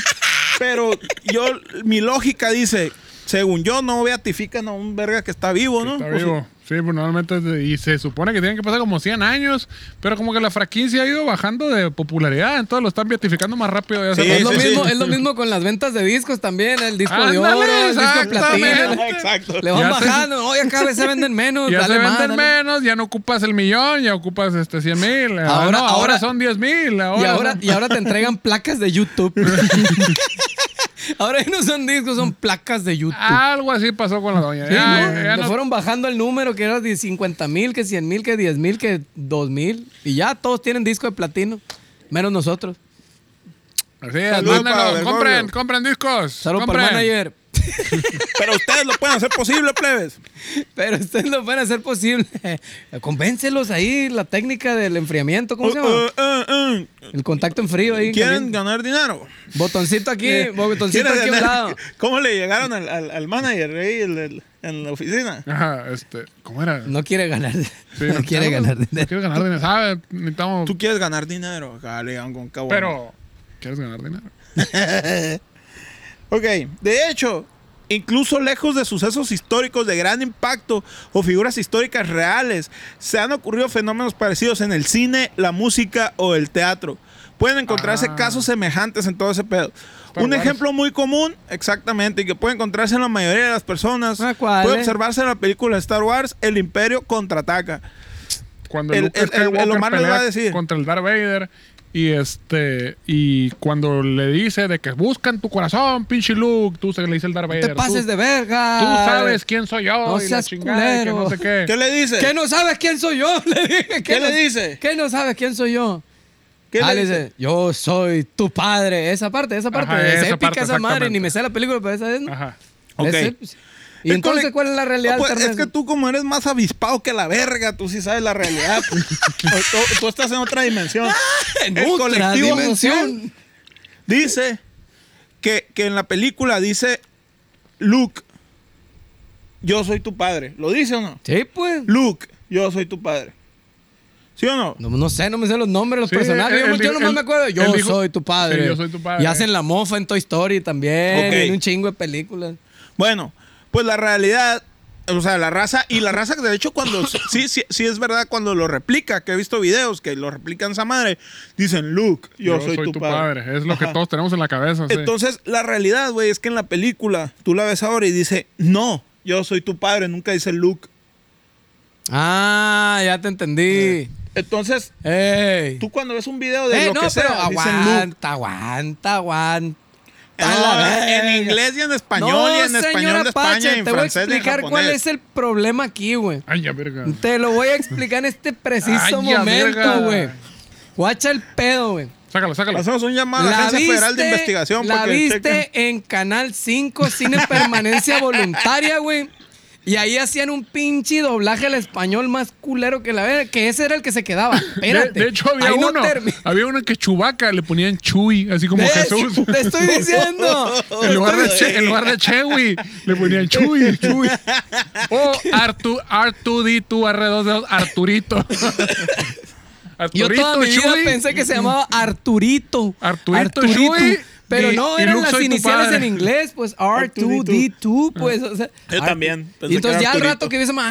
[SPEAKER 4] pero yo, mi lógica dice, según yo, no beatifican a un verga que está vivo, ¿no?
[SPEAKER 2] Está
[SPEAKER 4] Pues,
[SPEAKER 2] vivo. Sí, pues normalmente. es de- Y se supone que tienen que pasar como 100 años. Pero como que la franquicia ha ido bajando de popularidad. Entonces lo están beatificando más rápido. Ya
[SPEAKER 4] Sí,
[SPEAKER 2] se
[SPEAKER 3] es,
[SPEAKER 2] lo-
[SPEAKER 3] lo
[SPEAKER 4] sí,
[SPEAKER 3] mismo,
[SPEAKER 4] sí.
[SPEAKER 3] es lo mismo con las ventas de discos también, el disco de
[SPEAKER 2] Ándale,
[SPEAKER 3] oro, el disco de platino.
[SPEAKER 2] exactamente.
[SPEAKER 4] Exacto.
[SPEAKER 3] Le van
[SPEAKER 2] Ya se-
[SPEAKER 3] bajando, oye, cada vez se venden menos,
[SPEAKER 2] Ya
[SPEAKER 3] Pues dale
[SPEAKER 2] se
[SPEAKER 3] más,
[SPEAKER 2] venden
[SPEAKER 3] dale-
[SPEAKER 2] menos, ya no ocupas el millón, ya ocupas este 100 mil. Ahora,
[SPEAKER 3] Ahora-
[SPEAKER 2] no, ahora,
[SPEAKER 3] ahora-
[SPEAKER 2] son 10 mil.
[SPEAKER 3] Y ahora, y ahora te entregan placas de YouTube. ahora ya no son discos, son placas de YouTube.
[SPEAKER 2] Algo así pasó con la doña.
[SPEAKER 3] Sí,
[SPEAKER 2] ya,
[SPEAKER 3] ¿no?
[SPEAKER 2] ya
[SPEAKER 3] Le
[SPEAKER 2] no-
[SPEAKER 3] fueron bajando el número, que era de 50 mil, que 100 mil, que 10 mil, que 2 mil. Y ya todos tienen disco de platino, menos nosotros.
[SPEAKER 2] Así es,
[SPEAKER 4] Salud
[SPEAKER 2] mándenlo,
[SPEAKER 4] para Bergoglio.
[SPEAKER 2] compren, compren discos.
[SPEAKER 3] Salud para
[SPEAKER 2] compren.
[SPEAKER 3] el manager.
[SPEAKER 4] Pero ustedes lo pueden hacer posible, plebes.
[SPEAKER 3] Pero ustedes lo pueden hacer posible. Convéncelos ahí, la técnica del enfriamiento, ¿cómo se llama?
[SPEAKER 4] Uh, uh, uh, uh.
[SPEAKER 3] El contacto en frío ahí.
[SPEAKER 4] ¿Quieren
[SPEAKER 3] caliente.
[SPEAKER 4] ganar dinero?
[SPEAKER 3] Botoncito aquí, botoncito
[SPEAKER 4] ¿Quieren
[SPEAKER 3] aquí a un
[SPEAKER 4] ganar?
[SPEAKER 3] lado.
[SPEAKER 4] ¿Cómo le llegaron al, al- al manager ahí en el- en la oficina?
[SPEAKER 2] Ajá, este, ¿cómo era?
[SPEAKER 3] No quiere ganar.
[SPEAKER 2] Sí,
[SPEAKER 3] no quiere ganar
[SPEAKER 2] No
[SPEAKER 3] dinero.
[SPEAKER 2] quiero ganar dinero, ¿sabes? Necesitamos...
[SPEAKER 4] Tú quieres ganar dinero, acá le dan con cabrón.
[SPEAKER 2] Pero, ¿quieres ganar dinero?
[SPEAKER 4] Ok, de hecho, incluso lejos de sucesos históricos de gran impacto o figuras históricas reales, se han ocurrido fenómenos parecidos en el cine, la música o el teatro. Pueden encontrarse
[SPEAKER 2] Ah.
[SPEAKER 4] casos semejantes en todo ese pedo.
[SPEAKER 2] Star
[SPEAKER 4] Un
[SPEAKER 2] Wars.
[SPEAKER 4] ejemplo muy común, exactamente, y que puede encontrarse en la mayoría de las personas,
[SPEAKER 3] Ah, ¿cuál,
[SPEAKER 4] puede
[SPEAKER 3] eh?
[SPEAKER 4] observarse en la película Star Wars, El Imperio contraataca.
[SPEAKER 2] Cuando
[SPEAKER 4] El-
[SPEAKER 2] el,
[SPEAKER 4] el- el- el Omar le va a decir.
[SPEAKER 2] contra el Darth Vader y este y cuando le dice de que buscan tu corazón, pinche Luke, tú se le dice el Darth Vader.
[SPEAKER 3] Te pases
[SPEAKER 2] tú,
[SPEAKER 3] de verga.
[SPEAKER 2] Tú sabes quién soy yo
[SPEAKER 3] Ah, No
[SPEAKER 2] y la
[SPEAKER 3] seas
[SPEAKER 2] chingada y que no
[SPEAKER 3] culero.
[SPEAKER 2] sé qué.
[SPEAKER 4] ¿Qué le dice?
[SPEAKER 3] ¿Qué no sabes quién soy yo? Le dije,
[SPEAKER 4] ¿Qué
[SPEAKER 3] no-
[SPEAKER 4] le dice?
[SPEAKER 3] ¿Qué no sabes quién soy yo?
[SPEAKER 4] ¿Qué le
[SPEAKER 3] Ah, le
[SPEAKER 4] dice?
[SPEAKER 3] dice, yo soy tu padre. Esa parte, esa parte.
[SPEAKER 2] Ajá,
[SPEAKER 3] es
[SPEAKER 2] esa
[SPEAKER 3] épica
[SPEAKER 2] parte,
[SPEAKER 3] esa madre.
[SPEAKER 2] exactamente.
[SPEAKER 3] Ni me sé la película, pero esa es. ¿no?
[SPEAKER 2] Ajá.
[SPEAKER 4] Ok.
[SPEAKER 3] Es ép- ¿Y
[SPEAKER 4] Es
[SPEAKER 3] entonces
[SPEAKER 4] cole-
[SPEAKER 3] cuál es la realidad
[SPEAKER 4] No, pues,
[SPEAKER 3] alterna?
[SPEAKER 4] es que tú como eres más avispado que la verga, tú sí sabes la realidad. pues. tú, tú estás en otra dimensión.
[SPEAKER 3] En
[SPEAKER 4] El
[SPEAKER 3] otra
[SPEAKER 4] colectivo
[SPEAKER 3] dimensión.
[SPEAKER 4] Mención dice que, que en la película dice, Luke, yo soy tu padre. ¿Lo dice o no?
[SPEAKER 3] Sí, pues.
[SPEAKER 4] Luke, yo soy tu padre. ¿Sí o no?
[SPEAKER 3] No, no sé, no me sé los nombres de los
[SPEAKER 2] Sí,
[SPEAKER 3] personajes.
[SPEAKER 2] él-
[SPEAKER 3] Yo,
[SPEAKER 2] él
[SPEAKER 3] yo
[SPEAKER 2] dijo-
[SPEAKER 3] nomás
[SPEAKER 2] él-
[SPEAKER 3] me acuerdo. Yo
[SPEAKER 2] él dijo-
[SPEAKER 3] soy tu padre.
[SPEAKER 2] Sí, yo soy tu padre.
[SPEAKER 3] Y hacen la mofa en Toy Story también.
[SPEAKER 4] Ok.
[SPEAKER 3] En un chingo de películas.
[SPEAKER 4] Bueno, pues la realidad, o sea, la raza, y la raza que de hecho cuando, sí, sí, sí es verdad cuando lo replica, que he visto videos que lo replican esa madre, dicen, Luke, yo, soy, tu, padre.
[SPEAKER 2] Es lo que
[SPEAKER 4] Ajá.
[SPEAKER 2] todos tenemos en la cabeza. sí.
[SPEAKER 4] Entonces, la realidad, güey, es que en la película tú la ves ahora y dice, no, yo soy tu padre, nunca dice Luke.
[SPEAKER 3] Ah, ya te entendí.
[SPEAKER 4] Entonces,
[SPEAKER 3] ¡Ey!
[SPEAKER 4] tú cuando ves un video de
[SPEAKER 3] ¡Ey,
[SPEAKER 4] lo
[SPEAKER 3] Eh, no,
[SPEAKER 4] que
[SPEAKER 3] pero
[SPEAKER 4] sea, dicen Luke.
[SPEAKER 3] aguanta, aguanta, aguanta.
[SPEAKER 4] Ah,
[SPEAKER 3] la verga.
[SPEAKER 4] en inglés y en español, y en español
[SPEAKER 3] señora
[SPEAKER 4] de España,
[SPEAKER 3] Pache,
[SPEAKER 4] y en
[SPEAKER 3] te voy a
[SPEAKER 4] francés y en
[SPEAKER 3] explicar cuál
[SPEAKER 4] japonés.
[SPEAKER 3] es el problema aquí, güey.
[SPEAKER 2] Ay, ya, verga.
[SPEAKER 3] Te lo voy a explicar en este preciso
[SPEAKER 2] Ay, ya, verga.
[SPEAKER 3] momento, güey. Guacha el pedo, güey.
[SPEAKER 2] Sácalo, sácalo.
[SPEAKER 4] Hacemos un llamado a la Agencia Federal de Investigación
[SPEAKER 3] la
[SPEAKER 4] para que
[SPEAKER 3] viste
[SPEAKER 4] chequen.
[SPEAKER 3] en Canal 5, Cine Permanencia Voluntaria, güey. Y ahí hacían un pinche doblaje al español más culero que la verga, que ese era el que se quedaba.
[SPEAKER 2] De,
[SPEAKER 3] Espérate.
[SPEAKER 2] de hecho, había
[SPEAKER 3] Ahí no
[SPEAKER 2] uno.
[SPEAKER 3] termi-
[SPEAKER 2] había uno que Chubaca le ponían Chuy, así como
[SPEAKER 3] De hecho,
[SPEAKER 2] Jesús.
[SPEAKER 3] Te estoy diciendo.
[SPEAKER 2] En lugar, de che, en lugar de Chewi, le ponían Chuy, Chuy. O Artu, Artudito, R2, Arturito.
[SPEAKER 3] Yo toda
[SPEAKER 2] Arturito,
[SPEAKER 3] mi vida
[SPEAKER 2] Chuy. Mm,
[SPEAKER 3] pensé que se llamaba Arturito.
[SPEAKER 2] Arturito, Chuy,
[SPEAKER 3] Pero
[SPEAKER 2] y-
[SPEAKER 3] no,
[SPEAKER 2] y
[SPEAKER 3] eran
[SPEAKER 2] Luke,
[SPEAKER 3] las
[SPEAKER 2] soy tu
[SPEAKER 3] iniciales
[SPEAKER 2] padre. Ah.
[SPEAKER 3] en inglés, pues R2D2, pues. o sea,
[SPEAKER 4] Yo
[SPEAKER 3] Artu-
[SPEAKER 4] también pensé
[SPEAKER 3] Y entonces
[SPEAKER 4] que
[SPEAKER 3] ya
[SPEAKER 4] era
[SPEAKER 3] al rato
[SPEAKER 4] Arturito.
[SPEAKER 3] que vi, se llama,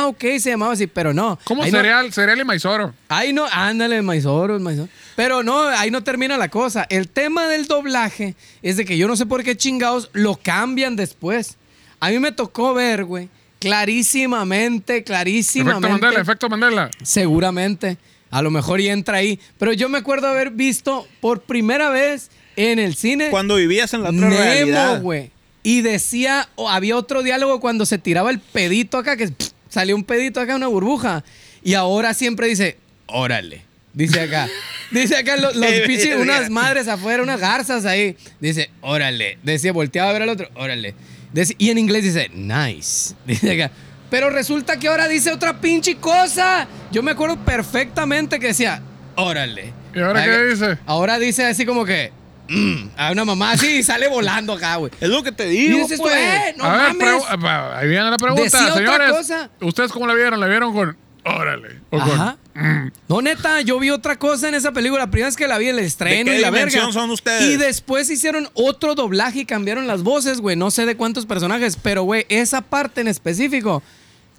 [SPEAKER 3] ah, ok, se llamaba así, pero no.
[SPEAKER 2] ¿Cómo
[SPEAKER 3] Ahí no-
[SPEAKER 2] cereal? Cereal y maizoro.
[SPEAKER 3] Ahí no, ándale, Maizoro, el Maizoro. Pero no, ahí no termina la cosa. El tema del doblaje es de que yo no sé por qué chingados lo cambian después. A mí me tocó ver, güey, clarísimamente, clarísimamente.
[SPEAKER 2] Efecto Mandela, efecto Mandela.
[SPEAKER 3] Seguramente. A lo mejor y entra ahí. Pero yo me acuerdo haber visto por primera vez en el cine
[SPEAKER 4] Cuando vivías en la otra
[SPEAKER 3] Nemo,
[SPEAKER 4] realidad.
[SPEAKER 3] güey. Y decía, o había otro diálogo cuando se tiraba el pedito acá, que pff, salió un pedito acá, una burbuja. Y ahora siempre dice, órale. Dice acá. dice acá los, los
[SPEAKER 4] Qué
[SPEAKER 3] pinches-
[SPEAKER 4] verga.
[SPEAKER 3] unas madres afuera, unas garzas ahí. Dice, órale. Decía, volteaba a ver al otro, órale. Dec- y en inglés dice, nice. Dice acá. Pero resulta que ahora dice otra pinche cosa. Yo me acuerdo perfectamente que decía, órale.
[SPEAKER 2] ¿Y ahora qué
[SPEAKER 3] Acá-
[SPEAKER 2] dice?
[SPEAKER 3] Ahora dice así como que. "Mm", a una mamá así y sale volando acá, güey.
[SPEAKER 4] Es lo que te
[SPEAKER 3] Y
[SPEAKER 4] digo.
[SPEAKER 3] dices tú,
[SPEAKER 4] pues.
[SPEAKER 3] "Eh, no
[SPEAKER 2] a ver,
[SPEAKER 3] mames.
[SPEAKER 2] pregu- ah, ahí viene la pregunta,
[SPEAKER 3] Decía otra
[SPEAKER 2] señores.
[SPEAKER 3] cosa.
[SPEAKER 2] ¿Ustedes cómo la vieron? ¿La vieron con órale? O con,
[SPEAKER 3] Ajá. Mm. No, neta, yo vi otra cosa en esa película. La primera vez que la vi, el estreno
[SPEAKER 4] ¿De qué
[SPEAKER 3] y la
[SPEAKER 4] dimensión
[SPEAKER 3] verga.
[SPEAKER 4] son ustedes?
[SPEAKER 3] Y después hicieron otro doblaje y cambiaron las voces, güey. No sé de cuántos personajes, pero, güey, esa parte en específico,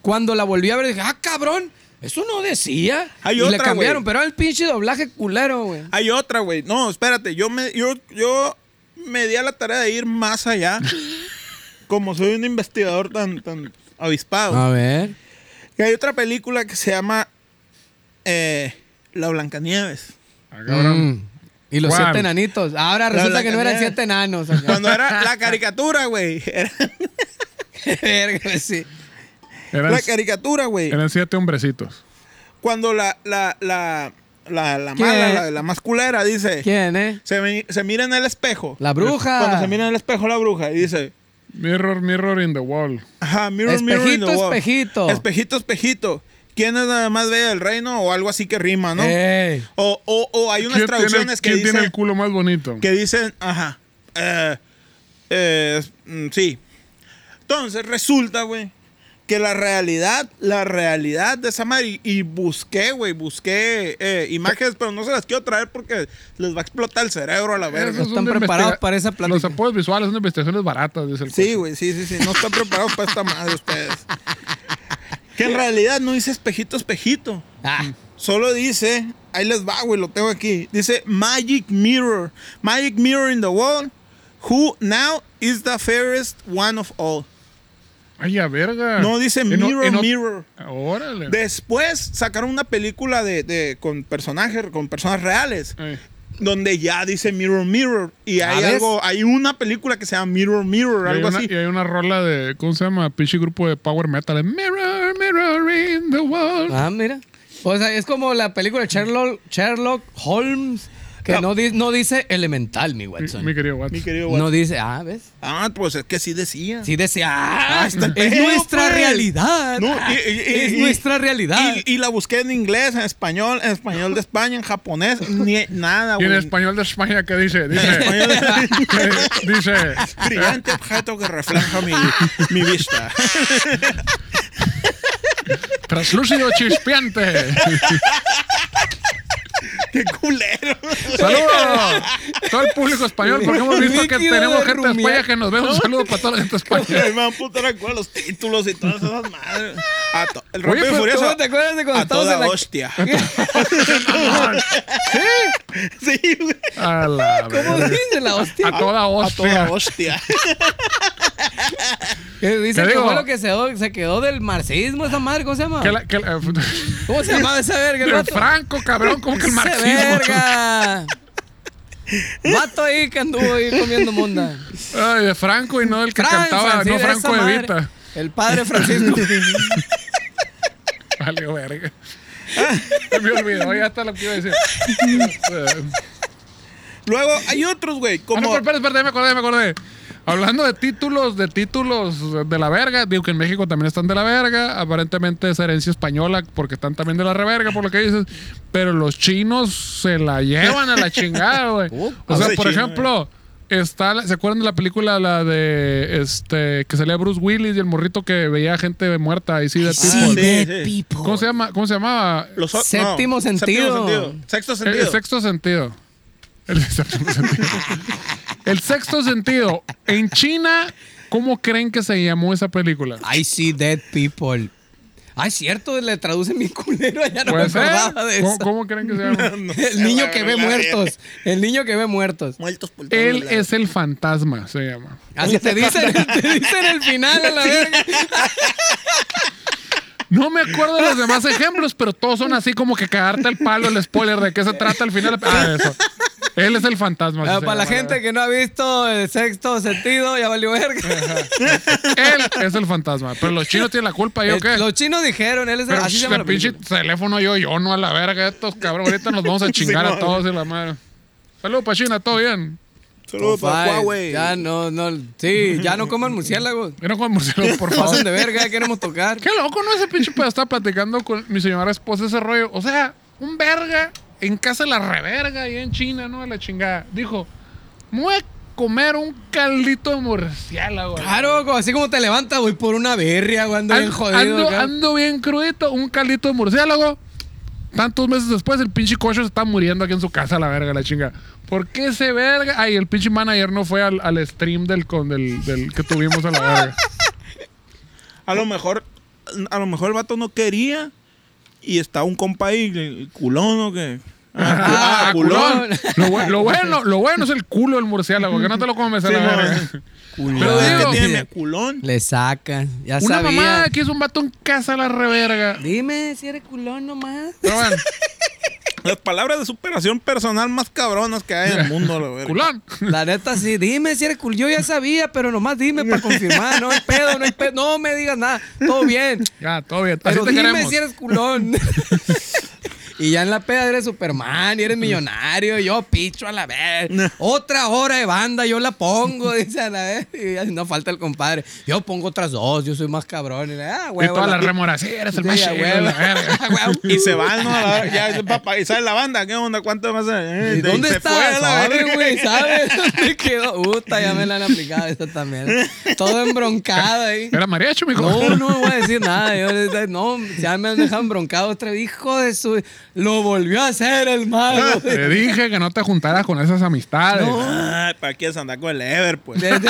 [SPEAKER 3] cuando la volví a ver, dije, ah, cabrón, eso no decía.
[SPEAKER 4] Hay
[SPEAKER 3] y le
[SPEAKER 4] otra,
[SPEAKER 3] cambiaron,
[SPEAKER 4] güey.
[SPEAKER 3] pero era el pinche doblaje culero, güey.
[SPEAKER 4] Hay otra, güey. No, espérate. Yo me, yo, yo me di a la tarea de ir más allá. como soy un investigador tan, tan avispado.
[SPEAKER 3] A ver.
[SPEAKER 4] Que hay otra película que se llama eh, La Blancanieves.
[SPEAKER 2] Ah, cabrón.
[SPEAKER 3] Mm. Y los
[SPEAKER 2] Juan.
[SPEAKER 3] siete enanitos. Ahora resulta que no eran
[SPEAKER 4] Blancanieves.
[SPEAKER 3] siete enanos. acá.
[SPEAKER 4] Cuando era la caricatura, güey. Era
[SPEAKER 3] Verga, pues sí.
[SPEAKER 2] Eran,
[SPEAKER 4] la caricatura, güey.
[SPEAKER 2] eran siete hombrecitos.
[SPEAKER 4] Cuando la, la, la, la, la
[SPEAKER 3] ¿Quién?
[SPEAKER 4] mala, la, la más culera, dice.
[SPEAKER 3] ¿Quién, eh?
[SPEAKER 4] Se, mi- se mira en el espejo.
[SPEAKER 3] La bruja.
[SPEAKER 4] Cuando se mira en el espejo la bruja y dice.
[SPEAKER 2] Mirror, mirror in the wall.
[SPEAKER 4] Ajá, mirror, mirror in the
[SPEAKER 3] Espejito,
[SPEAKER 4] wall.
[SPEAKER 3] espejito.
[SPEAKER 4] Espejito, espejito. ¿Quién es la más bella del reino? O algo así que rima, ¿no?
[SPEAKER 3] Ey.
[SPEAKER 4] O, o, o hay unas
[SPEAKER 2] ¿Quién, tiene,
[SPEAKER 4] traducciones que
[SPEAKER 2] quién
[SPEAKER 4] dicen,
[SPEAKER 2] tiene el culo más bonito?
[SPEAKER 4] que dicen, ajá, eh, eh, mm, sí. Entonces resulta, güey, que la realidad, la realidad de esa madre, y, y busqué, güey, busqué eh, imágenes, pero no se las quiero traer porque les va a explotar el cerebro a la
[SPEAKER 2] Esos
[SPEAKER 4] verga.
[SPEAKER 2] son
[SPEAKER 3] están
[SPEAKER 2] de
[SPEAKER 3] preparados
[SPEAKER 2] investiga-
[SPEAKER 3] para esa plática.
[SPEAKER 2] Los apoyos visuales son de investigaciones baratas, dice el
[SPEAKER 4] Sí,
[SPEAKER 2] coche.
[SPEAKER 4] güey, sí, sí, sí, no están preparados para esta madre ustedes. Que en realidad no dice espejito, espejito.
[SPEAKER 3] Ah,
[SPEAKER 4] Solo dice, ahí les va, güey, lo tengo aquí. Dice Magic Mirror. Magic Mirror in the wall. Who now is the fairest one of all.
[SPEAKER 2] Ay, a verga.
[SPEAKER 4] No dice
[SPEAKER 2] Y no- y
[SPEAKER 4] Mirror,
[SPEAKER 2] no-
[SPEAKER 4] Mirror.
[SPEAKER 2] Órale.
[SPEAKER 4] Después sacaron una película de, de- con personajes, con personas reales,
[SPEAKER 2] Eh.
[SPEAKER 4] donde ya dice Mirror, Mirror. Y hay
[SPEAKER 3] ¿Sabes?
[SPEAKER 4] algo, hay una película que se llama Mirror, Mirror,
[SPEAKER 2] Y hay
[SPEAKER 4] algo
[SPEAKER 2] una-
[SPEAKER 4] así.
[SPEAKER 2] Y hay una rola de, ¿cómo se llama? Pinche grupo de power metal. de Mirror, mirror in the wall.
[SPEAKER 3] ah, mira. O sea, es como la película de Sherlock, Sherlock Holmes, que
[SPEAKER 4] No.
[SPEAKER 3] no, di- no dice elemental, mi
[SPEAKER 2] Mi,
[SPEAKER 3] Watson.
[SPEAKER 2] mi querido Watson.
[SPEAKER 4] Mi querido
[SPEAKER 3] no
[SPEAKER 4] Watson.
[SPEAKER 3] dice, ah, ¿ves?
[SPEAKER 4] Ah, pues es que sí decía.
[SPEAKER 3] Sí decía, ah,
[SPEAKER 4] Ah, está el
[SPEAKER 3] es
[SPEAKER 4] pedo,
[SPEAKER 3] nuestra
[SPEAKER 4] pues.
[SPEAKER 3] realidad.
[SPEAKER 4] No,
[SPEAKER 3] Ah,
[SPEAKER 4] y- y- y-
[SPEAKER 3] es
[SPEAKER 4] y-
[SPEAKER 3] nuestra realidad.
[SPEAKER 4] Y, y la busqué en inglés, en español, en español de España, en japonés, ni nada,
[SPEAKER 2] Y en
[SPEAKER 4] güey.
[SPEAKER 2] español de España, ¿qué dice? Dice,
[SPEAKER 4] Español de-
[SPEAKER 2] dice,
[SPEAKER 4] Brillante objeto que refleja mi, mi vista.
[SPEAKER 2] translúcido chispeante.
[SPEAKER 4] ¡Qué culero!
[SPEAKER 2] Saludos. Todo el público español, porque hemos visto que
[SPEAKER 3] Líquido
[SPEAKER 2] tenemos
[SPEAKER 3] de
[SPEAKER 2] gente de España
[SPEAKER 3] rumiar.
[SPEAKER 2] que nos ve. Un saludo para toda la gente de España.
[SPEAKER 4] Me van a putar a cuál los títulos y todas esas madres. A to- el
[SPEAKER 2] Oye,
[SPEAKER 4] Rápido y
[SPEAKER 2] pero
[SPEAKER 4] Furioso.
[SPEAKER 3] ¿Cómo te acuerdas de cuando
[SPEAKER 4] a
[SPEAKER 3] estábamos
[SPEAKER 4] toda
[SPEAKER 3] en la...
[SPEAKER 4] hostia.
[SPEAKER 2] ¿Sí?
[SPEAKER 4] sí, güey.
[SPEAKER 2] A la
[SPEAKER 3] ¿Cómo
[SPEAKER 2] verga.
[SPEAKER 3] dice la hostia?
[SPEAKER 2] A toda
[SPEAKER 4] A
[SPEAKER 2] hostia.
[SPEAKER 4] toda hostia.
[SPEAKER 3] Que Dice
[SPEAKER 2] Te
[SPEAKER 3] que
[SPEAKER 2] digo-
[SPEAKER 3] fue lo que se quedó, se quedó del marxismo, esa madre, ¿cómo se llama?
[SPEAKER 2] Que la- que la-
[SPEAKER 3] ¿Cómo se llamaba esa verga? El
[SPEAKER 2] el
[SPEAKER 3] vato?
[SPEAKER 2] Franco, cabrón, como que el
[SPEAKER 3] Ese
[SPEAKER 2] marxismo.
[SPEAKER 3] verga! Vato ahí que anduvo ahí comiendo monda.
[SPEAKER 2] Ay, de Franco y no el que
[SPEAKER 3] Fran,
[SPEAKER 2] cantaba,
[SPEAKER 3] Francis-
[SPEAKER 2] no Franco
[SPEAKER 3] esa madre.
[SPEAKER 2] Evita.
[SPEAKER 3] El padre Francisco.
[SPEAKER 2] Vale, verga. Se me olvidó, ya está lo que iba a decir.
[SPEAKER 4] Luego hay otros, güey,
[SPEAKER 2] Ah, no,
[SPEAKER 4] como...
[SPEAKER 2] pero espérate, espérate, ya me acordé, ya me acordé. Hablando de títulos, de títulos de la verga, digo que en México también están de la verga, aparentemente es herencia española porque están también de la reverga, por lo que dices, pero los chinos se la llevan a la chingada, güey.
[SPEAKER 3] Uh,
[SPEAKER 2] o
[SPEAKER 4] habla
[SPEAKER 2] sea,
[SPEAKER 4] de
[SPEAKER 2] por
[SPEAKER 4] chino, eh.
[SPEAKER 2] ejemplo, está, la- ¿se acuerdan de la película la de este que salía Bruce Willis y el morrito que veía gente muerta ahí sí de
[SPEAKER 4] sí,
[SPEAKER 2] tipo?
[SPEAKER 4] de-
[SPEAKER 3] Dead
[SPEAKER 4] sí.
[SPEAKER 3] people.
[SPEAKER 2] ¿Cómo se llama? ¿Cómo se llamaba?
[SPEAKER 4] los o-
[SPEAKER 3] Séptimo sentido.
[SPEAKER 4] Sexto
[SPEAKER 2] El, el
[SPEAKER 4] sentido.
[SPEAKER 2] Eh, sexto sentido. El séptimo sentido. El sexto sentido. En China, ¿cómo creen que se llamó esa película?
[SPEAKER 3] I see dead people. Ay, cierto, le traducen mi culero. Ya no me
[SPEAKER 2] Puede ser.
[SPEAKER 3] acordaba de
[SPEAKER 2] ¿Cómo,
[SPEAKER 3] eso.
[SPEAKER 2] cómo creen que se llama?
[SPEAKER 4] No sé,
[SPEAKER 3] El niño que ve
[SPEAKER 4] güey, la verga.
[SPEAKER 3] muertos. El niño que ve muertos.
[SPEAKER 4] Muertos por todos
[SPEAKER 2] Él
[SPEAKER 4] lados.
[SPEAKER 2] es el fantasma, se llama.
[SPEAKER 3] Así te dicen, te dicen el final a la verga.
[SPEAKER 2] Pues No me acuerdo de los demás ejemplos, pero todos son así como que cagarte el palo, el spoiler de qué se trata al final. Ah, eso. Él es el fantasma. así
[SPEAKER 3] Ah,
[SPEAKER 2] se
[SPEAKER 3] para la
[SPEAKER 2] llama,
[SPEAKER 3] gente que no ha visto el sexto sentido, ya valió verga.
[SPEAKER 2] verdad. Él es el fantasma. Pero los chinos tienen la culpa, ¿yo
[SPEAKER 3] El-
[SPEAKER 2] qué?
[SPEAKER 3] Eh, Los chinos dijeron, él es
[SPEAKER 2] Pero
[SPEAKER 3] así se
[SPEAKER 2] sh,
[SPEAKER 3] llama
[SPEAKER 2] el
[SPEAKER 3] la
[SPEAKER 2] pinche
[SPEAKER 3] película.
[SPEAKER 2] teléfono yo, yo no a la verga, estos cabrón. Ahorita nos vamos a chingar a
[SPEAKER 4] Simón.
[SPEAKER 2] todos y la madre. Saludos pa' China, todo bien.
[SPEAKER 4] Saludos para
[SPEAKER 3] Fine,
[SPEAKER 4] Huawei.
[SPEAKER 3] Ya no, no, sí, ya no coman murciélagos.
[SPEAKER 2] Era Juan Murciélago, por
[SPEAKER 3] Pasen
[SPEAKER 2] favor.
[SPEAKER 3] de verga, ya queremos tocar.
[SPEAKER 2] Qué loco, ¿no? Ese pinche pedo estaba platicando con mi señora esposa ese rollo. O sea, un verga en casa de la reverga y en China, ¿no? A la chingada. Dijo, me voy a comer un caldito de murciélago.
[SPEAKER 3] Claro, co- así como te levantas, voy por una birria, güey, ando
[SPEAKER 2] An-
[SPEAKER 3] bien jodido.
[SPEAKER 2] ando,
[SPEAKER 3] acá.
[SPEAKER 2] ando bien crudito, un caldito de murciélago. Tantos meses después, el pinche coche se está muriendo aquí en su casa, la verga, la chinga. ¿Por qué ese verga? Ay, el pinche manager no fue al, al stream del, con, del, del que tuvimos a la verga.
[SPEAKER 3] Ah,
[SPEAKER 4] A lo mejor, a lo mejor el vato no quería y está un compa ahí, el culón o qué.
[SPEAKER 2] Ah,
[SPEAKER 4] Ah,
[SPEAKER 2] culón.
[SPEAKER 3] culón.
[SPEAKER 2] Lo, bu- lo bueno, lo bueno es el culo del murciélago, que no te lo comes a la
[SPEAKER 4] Sí,
[SPEAKER 2] verga.
[SPEAKER 4] no. eh.
[SPEAKER 3] Culón.
[SPEAKER 4] Pero
[SPEAKER 2] Pero
[SPEAKER 4] es
[SPEAKER 2] digo-
[SPEAKER 4] que tiene mi culón.
[SPEAKER 3] Le sacan, ya
[SPEAKER 2] Una
[SPEAKER 3] sabía.
[SPEAKER 2] mamá que hizo un vato en casa a la reverga.
[SPEAKER 3] Dime si eres culón nomás.
[SPEAKER 2] Pero bueno,
[SPEAKER 4] Las palabras de superación personal más cabronas que hay en el mundo, la verga.
[SPEAKER 2] culón.
[SPEAKER 3] La neta sí, dime si eres culón. Yo ya sabía, pero nomás dime para confirmar. No hay pedo, no hay pedo. No me digas nada, todo bien.
[SPEAKER 2] Ya, todo bien. Así
[SPEAKER 3] Pero
[SPEAKER 2] te
[SPEAKER 3] dime
[SPEAKER 2] queremos.
[SPEAKER 3] si eres culón. y ya en la peda eres Superman y eres millonario. y yo picho a la vez. Otra hora de banda, yo la pongo, dice a la vez. Y ya no falta el compadre. Yo pongo otras dos, yo soy más cabrón. Y, la- ah,
[SPEAKER 2] Y
[SPEAKER 3] huevo,
[SPEAKER 2] toda
[SPEAKER 3] la-
[SPEAKER 2] la remora, sí, eres el
[SPEAKER 3] Sí,
[SPEAKER 2] más
[SPEAKER 3] a
[SPEAKER 2] chido,
[SPEAKER 3] huevo.
[SPEAKER 2] la verga.
[SPEAKER 3] Ah, huevo.
[SPEAKER 4] Y se van, ¿no? A la- ya, ya, papá, y sale la banda, ¿qué onda? ¿Cuánto más? Eh,
[SPEAKER 3] ¿Y
[SPEAKER 4] de-
[SPEAKER 3] dónde
[SPEAKER 4] se fue a
[SPEAKER 3] está?
[SPEAKER 4] la
[SPEAKER 3] ¿Sabes,
[SPEAKER 4] verga.
[SPEAKER 3] güey? ¿Sabes dónde quedó? Uta, ya me la han aplicado esa también. Todo embroncado ahí.
[SPEAKER 2] Era mariachi, mijo.
[SPEAKER 3] No, no me voy a decir nada. yo ahorita- no, ya me han dejado broncado otra vez. Hijo de su. Lo volvió a hacer el mago.
[SPEAKER 2] Te dije que no te juntaras con esas amistades.
[SPEAKER 3] No.
[SPEAKER 4] Ay, ¿Para quién se anda con el Ever, pues?
[SPEAKER 3] Desde-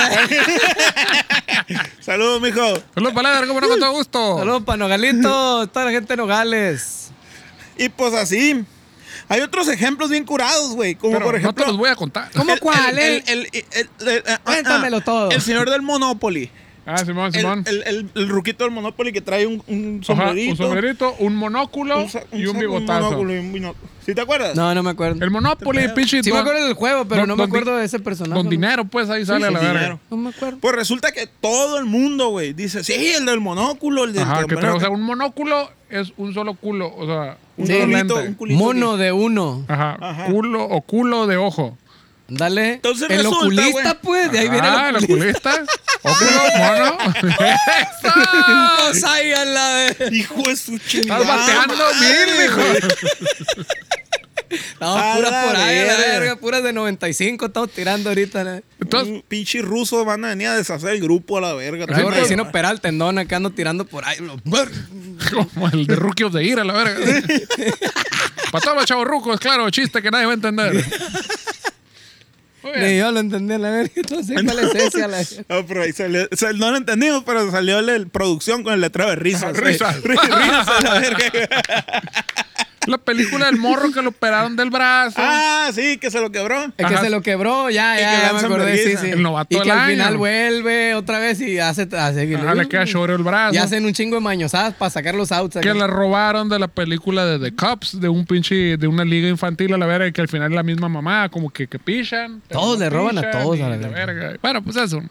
[SPEAKER 4] Saludos, mijo.
[SPEAKER 2] Saludos para la verga, bueno, con todo gusto.
[SPEAKER 3] Saludos para Nogalitos, toda la gente de Nogales.
[SPEAKER 4] Y pues así. Hay otros ejemplos bien curados, güey. Como
[SPEAKER 2] Pero
[SPEAKER 4] por
[SPEAKER 2] no
[SPEAKER 4] ejemplo.
[SPEAKER 2] te los voy a contar.
[SPEAKER 3] ¿Cómo cuál?
[SPEAKER 4] El,
[SPEAKER 3] eh?
[SPEAKER 4] el- el- el- el- ah,
[SPEAKER 3] Cuéntamelo
[SPEAKER 4] ah,
[SPEAKER 3] todo.
[SPEAKER 4] El señor del Monopoly.
[SPEAKER 2] Ah, Simón,
[SPEAKER 4] El,
[SPEAKER 2] Simón.
[SPEAKER 4] el- el- el ruquito del Monopoly que trae un, un
[SPEAKER 2] Ajá,
[SPEAKER 4] sombrerito.
[SPEAKER 2] un sombrerito, un monóculo
[SPEAKER 4] sa-
[SPEAKER 2] y un
[SPEAKER 4] sa-
[SPEAKER 2] bigotazo.
[SPEAKER 4] monóculo y un bino- ¿Sí te acuerdas?
[SPEAKER 3] No, no me acuerdo.
[SPEAKER 2] el Monopoly, pinche.
[SPEAKER 3] Sí me
[SPEAKER 2] don-
[SPEAKER 3] acuerdo del juego, pero
[SPEAKER 2] don-
[SPEAKER 3] no me
[SPEAKER 2] don di-
[SPEAKER 3] acuerdo de ese personaje.
[SPEAKER 2] Con
[SPEAKER 3] ¿no?
[SPEAKER 2] dinero, pues ahí sale a
[SPEAKER 4] con
[SPEAKER 2] la verga.
[SPEAKER 4] dinero.
[SPEAKER 3] No me acuerdo.
[SPEAKER 4] Pues resulta que todo el mundo, güey, dice, sí, el del monóculo, el del
[SPEAKER 2] Ajá, que
[SPEAKER 4] sombrero
[SPEAKER 2] trae, o
[SPEAKER 4] que-
[SPEAKER 2] sea, un monóculo es un solo culo, o sea,
[SPEAKER 4] Un
[SPEAKER 3] Sí.
[SPEAKER 4] culito,
[SPEAKER 2] Lente.
[SPEAKER 4] un culito.
[SPEAKER 3] Mono de uno.
[SPEAKER 2] Ajá.
[SPEAKER 4] Ajá.
[SPEAKER 2] Culo o culo de ojo.
[SPEAKER 3] Dale.
[SPEAKER 4] Entonces
[SPEAKER 3] el
[SPEAKER 4] resulta, güey.
[SPEAKER 3] oculista, pues. De ahí viene
[SPEAKER 2] ah,
[SPEAKER 3] el
[SPEAKER 2] el
[SPEAKER 3] oculista.
[SPEAKER 2] oculista. O culo, mono.
[SPEAKER 3] No salgan la de-
[SPEAKER 4] Hijo de su chingada.
[SPEAKER 2] Estás bateando mil, hijo.
[SPEAKER 3] No,
[SPEAKER 4] A
[SPEAKER 3] puras
[SPEAKER 4] la
[SPEAKER 3] por ahí, a la
[SPEAKER 4] verga.
[SPEAKER 3] verga. Puras de 95 estamos tirando ahorita. ¿no?
[SPEAKER 2] Entonces,
[SPEAKER 4] Un pinche ruso van a venir a deshacer el grupo a la verga.
[SPEAKER 3] Yo
[SPEAKER 4] Ay,
[SPEAKER 3] recién
[SPEAKER 4] ma-
[SPEAKER 3] operado el tendón acá ando tirando por ahí. lo-
[SPEAKER 2] Como el de Rookie of the Year, a la verga. Para todos los chavos rucos, claro, chiste que nadie va a entender. Muy bien.
[SPEAKER 3] Ni yo lo entendí, la verga. No sé cuál es ese, a la verga.
[SPEAKER 4] Ah, pero ahí salió- sal- no lo entendimos, pero salió la producción con el letrero de risas.
[SPEAKER 2] Ah, risas.
[SPEAKER 4] Eh, ri- risas a la verga.
[SPEAKER 2] La película del morro que lo operaron del brazo.
[SPEAKER 4] Ah, sí, que se lo quebró.
[SPEAKER 3] Es que
[SPEAKER 2] Ajá.
[SPEAKER 3] se lo quebró, ya,
[SPEAKER 4] Y que
[SPEAKER 3] ya, ya me
[SPEAKER 4] lanzan
[SPEAKER 3] acordé, sí,
[SPEAKER 4] vergüenza.
[SPEAKER 3] sí.
[SPEAKER 2] El novato
[SPEAKER 3] y que
[SPEAKER 2] del
[SPEAKER 3] al
[SPEAKER 2] año.
[SPEAKER 3] final vuelve otra vez y hace, hace
[SPEAKER 2] Ajá, Ah, le queda choro el brazo.
[SPEAKER 3] y hacen un chingo de mañosadas para sacar los outs. acá.
[SPEAKER 2] Que la robaron de la película de The Cops, de un pinche, de una liga infantil a la verga, que al final es la misma mamá, como que, que pichan. pero
[SPEAKER 3] Todos
[SPEAKER 2] no
[SPEAKER 3] le roban a
[SPEAKER 2] pichan,
[SPEAKER 3] todos
[SPEAKER 2] y
[SPEAKER 3] a la verga.
[SPEAKER 2] Bueno, pues eso.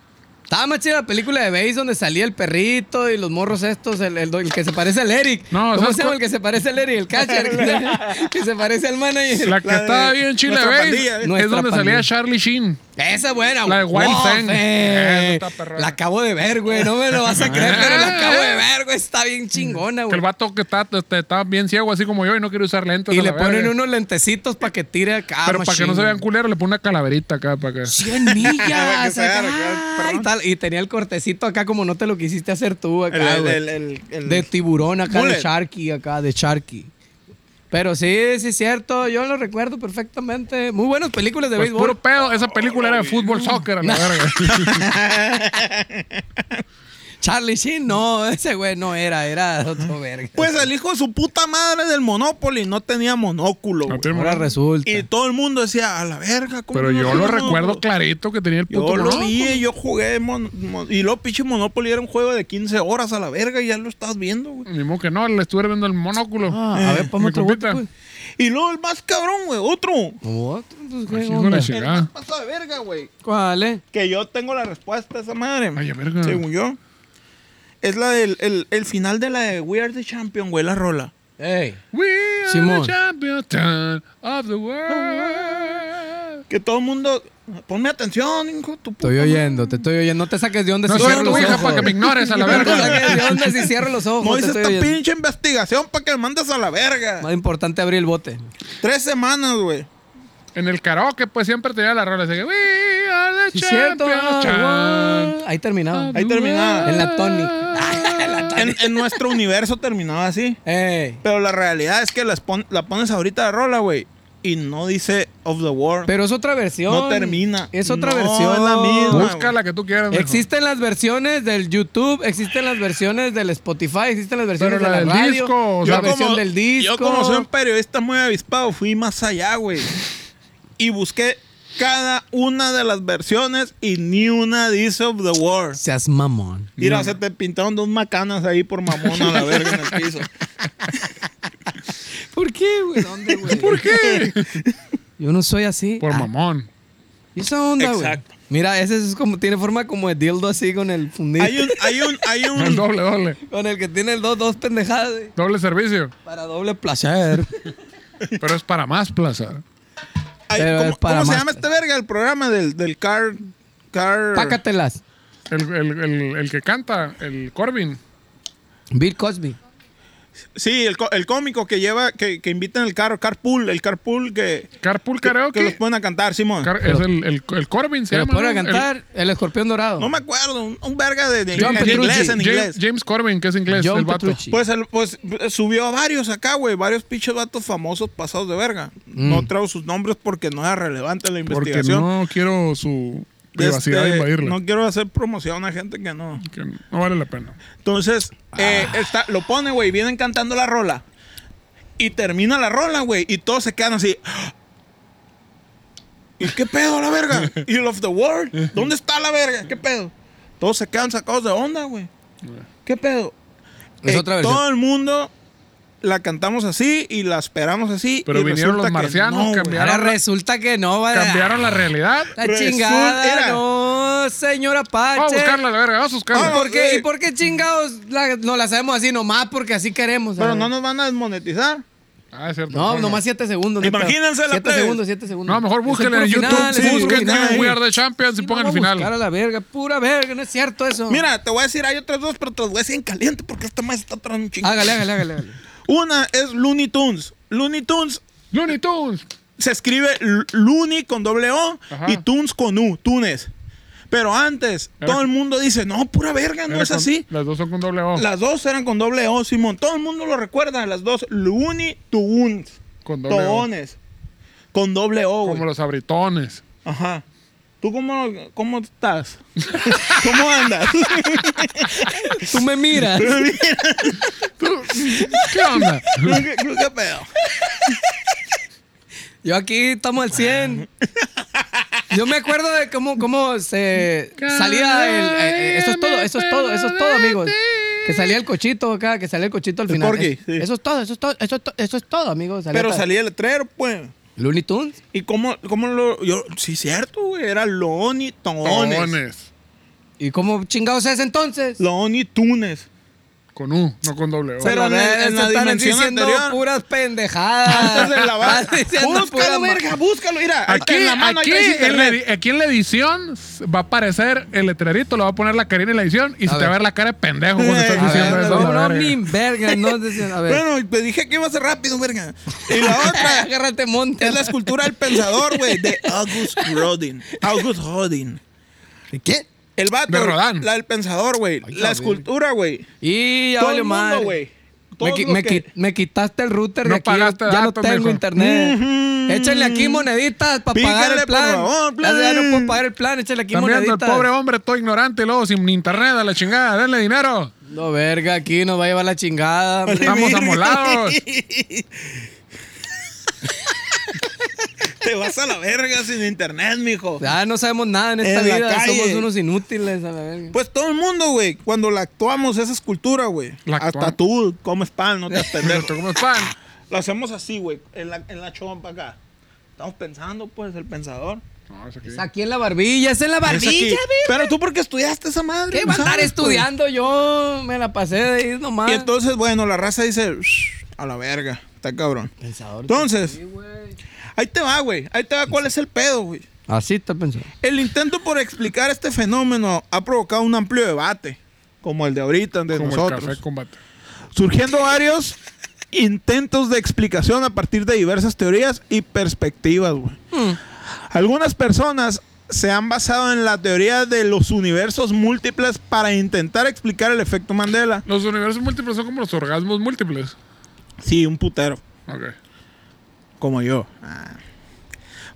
[SPEAKER 3] Estaba más chida la película de Bass donde salía el perrito y los morros estos, el, el do- el que se parece al Eric.
[SPEAKER 2] No,
[SPEAKER 3] ¿Cómo
[SPEAKER 2] ¿sabes
[SPEAKER 3] se llama
[SPEAKER 2] cuál?
[SPEAKER 3] el que se parece al Eric? El catcher. que, se parece al manager.
[SPEAKER 2] La que
[SPEAKER 4] La de
[SPEAKER 2] estaba bien chile,
[SPEAKER 4] Nuestra
[SPEAKER 2] ¿veis?
[SPEAKER 4] Pandilla, ¿eh?
[SPEAKER 2] Es
[SPEAKER 3] Nuestra
[SPEAKER 2] donde
[SPEAKER 3] Pandilla.
[SPEAKER 2] salía
[SPEAKER 3] Ah,
[SPEAKER 2] Charlie Sheen.
[SPEAKER 3] Esa es buena.
[SPEAKER 2] La de Wild
[SPEAKER 3] Wolf,
[SPEAKER 2] Thing.
[SPEAKER 3] eh.
[SPEAKER 2] Esa está perrona.
[SPEAKER 3] La acabo de ver, güey. No me lo vas a creer, pero la acabo de ver, güey. Está bien chingona,
[SPEAKER 2] Que
[SPEAKER 3] güey.
[SPEAKER 2] el vato que está, este, está bien ciego, así como yo, y no quiere usar lentes.
[SPEAKER 3] Y
[SPEAKER 2] a la
[SPEAKER 3] le ponen
[SPEAKER 2] verga.
[SPEAKER 3] unos lentecitos para que tire acá.
[SPEAKER 2] Pero para que no se
[SPEAKER 3] machín.
[SPEAKER 2] vean culeros, le ponen una calaverita acá para que.
[SPEAKER 3] 100
[SPEAKER 4] Para que
[SPEAKER 3] millas
[SPEAKER 4] se vea,
[SPEAKER 3] acá,
[SPEAKER 4] acá,
[SPEAKER 3] y, tal. y tenía el cortecito acá como no te lo quisiste hacer tú acá,
[SPEAKER 4] El, el-
[SPEAKER 3] güey.
[SPEAKER 4] el- el- el-
[SPEAKER 3] de tiburón acá, de
[SPEAKER 4] Bullet.
[SPEAKER 3] Sharky acá, de Sharky. Pero sí, sí es cierto, yo lo recuerdo perfectamente. Muy buenas películas de
[SPEAKER 2] Pues
[SPEAKER 3] béisbol.
[SPEAKER 2] puro pedo, esa película era de fútbol soccer a la verga.
[SPEAKER 3] Charlie Sheen, no, ese güey no era, era otro verga.
[SPEAKER 4] Pues el hijo de su puta madre del Monopoly no tenía monóculo. güey.
[SPEAKER 3] ahora resulta.
[SPEAKER 4] Y todo el mundo decía, a la verga, ¿cómo
[SPEAKER 2] Pero
[SPEAKER 4] no
[SPEAKER 2] yo
[SPEAKER 4] tiene
[SPEAKER 2] lo
[SPEAKER 4] monóculo?"
[SPEAKER 2] recuerdo clarito que tenía el
[SPEAKER 4] Yo
[SPEAKER 2] puto
[SPEAKER 4] lo
[SPEAKER 2] monóculo.
[SPEAKER 4] vi, yo jugué. mon- mon- y luego, pinche Monopoly era un juego de 15 horas a la verga, y ya lo estás viendo, güey.
[SPEAKER 2] Ni modo que no, le estuve viendo el monóculo.
[SPEAKER 3] Ah, a ver, ponme
[SPEAKER 2] Mi
[SPEAKER 3] otro
[SPEAKER 2] compita.
[SPEAKER 3] bote, pues.
[SPEAKER 4] Y luego el más cabrón, güey, otro.
[SPEAKER 3] Otro, pues, güey,
[SPEAKER 2] Hijo de
[SPEAKER 3] onda.
[SPEAKER 2] la chi-
[SPEAKER 4] El
[SPEAKER 2] Ah.
[SPEAKER 4] más pasado de verga, güey.
[SPEAKER 3] ¿Cuál, eh?
[SPEAKER 4] Que yo tengo la respuesta a esa madre.
[SPEAKER 2] Ay, a verga.
[SPEAKER 4] Según yo. Es la del el, el final de la de We Are the Champion, güey, la rola.
[SPEAKER 3] Ey.
[SPEAKER 2] We are
[SPEAKER 3] Simón.
[SPEAKER 2] the champions of the world.
[SPEAKER 4] Que todo el mundo. Ponme atención, hijo, tu puta
[SPEAKER 3] Estoy
[SPEAKER 4] madre.
[SPEAKER 3] oyendo, te estoy oyendo. No te saques de onda
[SPEAKER 2] No
[SPEAKER 3] si
[SPEAKER 2] soy
[SPEAKER 3] cierro
[SPEAKER 2] tu
[SPEAKER 3] los
[SPEAKER 2] hija
[SPEAKER 3] ojos.
[SPEAKER 2] para que me ignores a la
[SPEAKER 3] No te
[SPEAKER 2] verga.
[SPEAKER 3] saques de onda si cierro los ojos.
[SPEAKER 4] No
[SPEAKER 3] te
[SPEAKER 4] hice
[SPEAKER 3] estoy
[SPEAKER 4] esta
[SPEAKER 3] oyendo.
[SPEAKER 4] pinche investigación para que me mandes a la verga.
[SPEAKER 3] Más importante abrir el bote.
[SPEAKER 4] Tres semanas, güey.
[SPEAKER 2] En el karaoke, pues siempre tenía la rola. Así que, We are the
[SPEAKER 3] Sí, cierto.
[SPEAKER 2] champions.
[SPEAKER 3] ah, Ahí terminaba.
[SPEAKER 4] Ahí terminaba.
[SPEAKER 3] En la Tony.
[SPEAKER 4] En, en nuestro universo terminaba así.
[SPEAKER 3] Ey.
[SPEAKER 4] Pero la realidad es que las pon- la pones ahorita de rola, güey. Y no dice of the world.
[SPEAKER 3] Pero es otra versión.
[SPEAKER 4] No termina.
[SPEAKER 3] Es otra
[SPEAKER 4] No,
[SPEAKER 3] versión.
[SPEAKER 4] es la misma.
[SPEAKER 2] Busca la que tú quieras. mijo.
[SPEAKER 3] Existen las versiones del YouTube, existen las versiones del Spotify, existen las versiones
[SPEAKER 2] Pero la
[SPEAKER 3] de la
[SPEAKER 2] del
[SPEAKER 3] radio,
[SPEAKER 2] disco, o
[SPEAKER 3] la
[SPEAKER 2] sea,
[SPEAKER 3] versión del disco.
[SPEAKER 4] Yo como soy un periodista muy avispado, fui más allá, güey. Y busqué cada una de las versiones y ni una dice of the world.
[SPEAKER 3] Seas mamón.
[SPEAKER 4] Mira, se te pintaron dos macanas ahí por mamón a la verga en el piso.
[SPEAKER 3] ¿Por qué, güey? ¿Dónde, güey?
[SPEAKER 2] ¿Por qué?
[SPEAKER 3] Yo no soy así.
[SPEAKER 2] Por
[SPEAKER 3] Ah,
[SPEAKER 2] mamón.
[SPEAKER 3] ¿Y esa onda, güey?
[SPEAKER 4] Exacto.
[SPEAKER 3] Mira, ese es como, tiene forma como de dildo así con el fundido.
[SPEAKER 4] Hay un, hay un, hay
[SPEAKER 2] El
[SPEAKER 4] un.
[SPEAKER 2] doble, doble.
[SPEAKER 3] Con el que tiene el dos, dos pendejadas, güey,
[SPEAKER 2] Doble servicio.
[SPEAKER 3] Para doble placer.
[SPEAKER 2] Pero es para más plaza.
[SPEAKER 4] hay-
[SPEAKER 3] Pero
[SPEAKER 4] ¿Cómo,
[SPEAKER 3] es para
[SPEAKER 4] cómo se
[SPEAKER 3] más-
[SPEAKER 4] llama este verga? El programa del, del car. Car.
[SPEAKER 3] Pácatelas.
[SPEAKER 2] El, el, el, el que canta, el Corbin.
[SPEAKER 3] Bill Cosby.
[SPEAKER 4] Sí, el, co- el cómico que lleva, que, que invita en el carro, carpool, el carpool que,
[SPEAKER 2] Carpool
[SPEAKER 4] que, que los
[SPEAKER 2] Karaoke.
[SPEAKER 4] ponen a cantar, Simón.
[SPEAKER 2] Car- es el, el, el Corbin, se
[SPEAKER 3] Pero
[SPEAKER 2] llama.
[SPEAKER 3] puedo
[SPEAKER 2] ¿no?
[SPEAKER 3] cantar el, escorpión dorado.
[SPEAKER 4] no me acuerdo, un, un verga de, de-
[SPEAKER 2] El-
[SPEAKER 3] John
[SPEAKER 4] en inglés,
[SPEAKER 3] Petrucci.
[SPEAKER 4] en
[SPEAKER 2] James,
[SPEAKER 4] inglés.
[SPEAKER 2] James Corbin, que es inglés,
[SPEAKER 3] John
[SPEAKER 2] el vato.
[SPEAKER 3] Petrucci.
[SPEAKER 4] Pues, el- pues subió a varios acá, güey, varios pinches vatos famosos pasados de verga.
[SPEAKER 3] Mm.
[SPEAKER 4] No traigo sus nombres porque no era relevante la
[SPEAKER 2] Porque
[SPEAKER 4] investigación.
[SPEAKER 2] no quiero su privacidad
[SPEAKER 4] Este,
[SPEAKER 2] invadirla.
[SPEAKER 4] no quiero hacer promoción a gente que no.
[SPEAKER 2] Que no vale la pena.
[SPEAKER 4] Entonces, eh,
[SPEAKER 3] Ah.
[SPEAKER 4] está, lo pone, güey, vienen cantando la rola. Y termina la rola, güey, y todos se quedan así. ¿Y qué pedo, la verga? ¿Y el of the world? ¿Dónde está la verga? ¿Qué pedo? Todos se quedan sacados de onda, güey. ¿Qué pedo?
[SPEAKER 3] Es
[SPEAKER 4] Eh,
[SPEAKER 3] otra versión.
[SPEAKER 4] Todo el mundo la cantamos así y la esperamos así.
[SPEAKER 2] Pero
[SPEAKER 4] y
[SPEAKER 2] vinieron los
[SPEAKER 4] resulta que
[SPEAKER 2] marcianos,
[SPEAKER 4] güey.
[SPEAKER 2] cambiaron.
[SPEAKER 3] Ahora resulta que no, va Ah,
[SPEAKER 2] Cambiaron la realidad.
[SPEAKER 3] La
[SPEAKER 4] Resulta-
[SPEAKER 3] chingada,
[SPEAKER 4] era.
[SPEAKER 3] no, señora Pache.
[SPEAKER 2] Vamos a buscarla, la verga. Vamos a buscarla.
[SPEAKER 4] Ah,
[SPEAKER 3] ¿Por qué?
[SPEAKER 4] güey.
[SPEAKER 3] ¿Y por qué chingados la- no la sabemos así nomás? Porque así queremos. a
[SPEAKER 4] Pero
[SPEAKER 3] ver.
[SPEAKER 4] no nos van a desmonetizar.
[SPEAKER 2] Ah, es cierto.
[SPEAKER 3] No,
[SPEAKER 2] mejor
[SPEAKER 3] nomás 7 segundos. neta.
[SPEAKER 4] Imagínense la
[SPEAKER 3] Siete
[SPEAKER 4] plebe.
[SPEAKER 3] segundos, 7 segundos.
[SPEAKER 2] No, mejor búsquenle en
[SPEAKER 3] Es el puro
[SPEAKER 2] YouTube.
[SPEAKER 3] final, es el puro
[SPEAKER 2] busquen
[SPEAKER 3] final.
[SPEAKER 2] We Are the Champions y
[SPEAKER 3] Sí,
[SPEAKER 2] pongan el
[SPEAKER 3] vamos a buscar
[SPEAKER 2] final.
[SPEAKER 3] a la verga, pura verga, no es cierto eso.
[SPEAKER 4] Mira, te voy a decir, hay otras dos, pero te las voy a decir en caliente porque esta más está tan chingada.
[SPEAKER 3] Hágale, hágale, hágale. hágale.
[SPEAKER 4] Una es Looney Tunes. Looney Tunes
[SPEAKER 2] Looney Tunes.
[SPEAKER 4] se escribe L- Looney con doble O
[SPEAKER 2] Ajá.
[SPEAKER 4] y Tunes con U, Tunes. Pero antes,
[SPEAKER 2] Era-
[SPEAKER 4] todo el mundo dice, no, pura verga, no
[SPEAKER 2] Era
[SPEAKER 4] es
[SPEAKER 2] con-
[SPEAKER 4] así.
[SPEAKER 2] Las dos son con doble O.
[SPEAKER 4] Las dos eran con doble O, Simón. Todo el mundo lo recuerda, las dos. Looney Tunes.
[SPEAKER 2] Con doble O.
[SPEAKER 4] Tones. Con doble O,
[SPEAKER 2] Como
[SPEAKER 4] güey.
[SPEAKER 2] los abritones.
[SPEAKER 4] Ajá. ¿Tú cómo, cómo estás? ¿Cómo andas?
[SPEAKER 3] Tú me miras.
[SPEAKER 2] ¿Qué onda?
[SPEAKER 4] ¿Qué, qué pedo?
[SPEAKER 3] Yo aquí estamos al 100. Yo me acuerdo de cómo, cómo se salía el. eh, eh, eso es todo, eso es todo, eso es todo, amigos. Que salía el cochito acá, que salía el cochito al final.
[SPEAKER 4] Porky,
[SPEAKER 3] Es-
[SPEAKER 4] sí.
[SPEAKER 3] Eso es todo, eso es todo, eso es todo, eso es todo, amigos.
[SPEAKER 4] Pero
[SPEAKER 3] hasta-
[SPEAKER 4] salía el letrero, pues.
[SPEAKER 3] Looney Tunes.
[SPEAKER 4] ¿Y cómo, cómo lo.? Yo, sí, cierto, güey. Era Looney Tones.
[SPEAKER 2] Tones.
[SPEAKER 3] ¿Y cómo chingados es entonces?
[SPEAKER 4] Looney Tunes.
[SPEAKER 2] Con U, no con doble O.
[SPEAKER 4] Pero
[SPEAKER 3] Pero
[SPEAKER 4] en la- en la
[SPEAKER 3] están
[SPEAKER 4] dimensión
[SPEAKER 3] diciendo
[SPEAKER 4] anterior.
[SPEAKER 3] puras pendejadas.
[SPEAKER 4] Antes de lavar.
[SPEAKER 3] Están Ah, diciendo pura
[SPEAKER 4] Búscalo,
[SPEAKER 3] ma-
[SPEAKER 4] verga, búscalo. Mira, ahí está
[SPEAKER 2] Aquí,
[SPEAKER 4] en la mano, ahí
[SPEAKER 2] aquí,
[SPEAKER 4] traes
[SPEAKER 2] en la,
[SPEAKER 4] internet.
[SPEAKER 2] edi- aquí en la edición va a aparecer el letrerito, lo va a poner la Karina en la edición y se te
[SPEAKER 3] ver.
[SPEAKER 2] va a ver la cara de pendejo cuando
[SPEAKER 4] Eh,
[SPEAKER 2] estás
[SPEAKER 3] A ver,
[SPEAKER 2] diciendo eso.
[SPEAKER 3] no,
[SPEAKER 2] la
[SPEAKER 3] no,
[SPEAKER 2] verga.
[SPEAKER 3] ni verga, no decían, a ver.
[SPEAKER 4] Bueno, te dije que iba a ser rápido, verga. Y la otra
[SPEAKER 3] agárrate monte.
[SPEAKER 4] es la escultura del pensador, güey, de August Rodin. August Rodin.
[SPEAKER 3] ¿De qué?
[SPEAKER 4] El vato.
[SPEAKER 2] De Rodin.
[SPEAKER 4] La del pensador, güey.
[SPEAKER 3] Ay,
[SPEAKER 4] La
[SPEAKER 3] la
[SPEAKER 4] escultura, güey.
[SPEAKER 3] Y ya
[SPEAKER 4] Todo
[SPEAKER 3] valió
[SPEAKER 4] el mundo,
[SPEAKER 3] madre.
[SPEAKER 4] güey.
[SPEAKER 3] Me,
[SPEAKER 4] Todos
[SPEAKER 3] qui-
[SPEAKER 4] los
[SPEAKER 3] me
[SPEAKER 4] que-
[SPEAKER 3] qui- me quitaste el router
[SPEAKER 2] No
[SPEAKER 3] de aquí.
[SPEAKER 2] pagaste
[SPEAKER 3] ya no
[SPEAKER 2] datos,
[SPEAKER 3] tengo
[SPEAKER 2] mijo.
[SPEAKER 3] internet.
[SPEAKER 4] Ujú.
[SPEAKER 3] Échale aquí moneditas para pagar
[SPEAKER 4] Pícale,
[SPEAKER 3] el
[SPEAKER 4] por
[SPEAKER 3] plan.
[SPEAKER 4] favor,
[SPEAKER 3] Ya- Ya, no
[SPEAKER 4] plan.
[SPEAKER 3] puedo pagar el plan, échale aquí
[SPEAKER 2] Están viendo, el
[SPEAKER 3] moneditas.
[SPEAKER 2] pobre hombre todo ignorante y luego sin internet a la chingada. Denle dinero.
[SPEAKER 3] No, verga, aquí nos va a llevar la chingada. hombre.
[SPEAKER 2] Estamos amolados.
[SPEAKER 4] Te vas a la verga sin internet, mijo.
[SPEAKER 3] Ya no sabemos nada en esta
[SPEAKER 4] En la
[SPEAKER 3] vida.
[SPEAKER 4] calle.
[SPEAKER 3] Somos unos inútiles a la verga.
[SPEAKER 4] Pues todo el mundo, güey, cuando la actuamos esa escultura, güey.
[SPEAKER 2] La
[SPEAKER 4] Hasta
[SPEAKER 2] actuamos.
[SPEAKER 4] tú comes pan, no te
[SPEAKER 2] Pero
[SPEAKER 4] pendejo.
[SPEAKER 2] esto como es pan.
[SPEAKER 4] Lo hacemos así, güey, en la, en la chompa acá. Estamos pensando, pues, el pensador.
[SPEAKER 2] No, es aquí.
[SPEAKER 3] Es aquí en la barbilla, es en la
[SPEAKER 4] Pues- Es aquí.
[SPEAKER 3] barbilla, ve.
[SPEAKER 4] Pero tú porque estudiaste esa madre.
[SPEAKER 3] ¿Qué va a
[SPEAKER 4] ¿no
[SPEAKER 3] estar
[SPEAKER 4] sabes,
[SPEAKER 3] estudiando yo? Me la pasé de ir nomás.
[SPEAKER 4] pues? Y entonces, bueno, la raza dice, "Shh, a la verga, está cabrón.
[SPEAKER 3] Pensador.
[SPEAKER 4] Entonces,
[SPEAKER 3] Sí, güey.
[SPEAKER 4] ahí te va, güey. Ahí te va cuál es el pedo, güey.
[SPEAKER 3] Así está pensando.
[SPEAKER 4] El intento por explicar este fenómeno ha provocado un amplio debate, como el de ahorita, de
[SPEAKER 2] Como el
[SPEAKER 4] nosotros.
[SPEAKER 2] café combate.
[SPEAKER 4] surgiendo varios intentos de explicación a partir de diversas teorías y perspectivas, güey. Algunas personas se han basado en la teoría de los universos múltiples para intentar explicar el efecto Mandela.
[SPEAKER 2] Los universos múltiples son como los orgasmos múltiples.
[SPEAKER 4] Sí, un putero,
[SPEAKER 2] Ok.
[SPEAKER 4] como yo.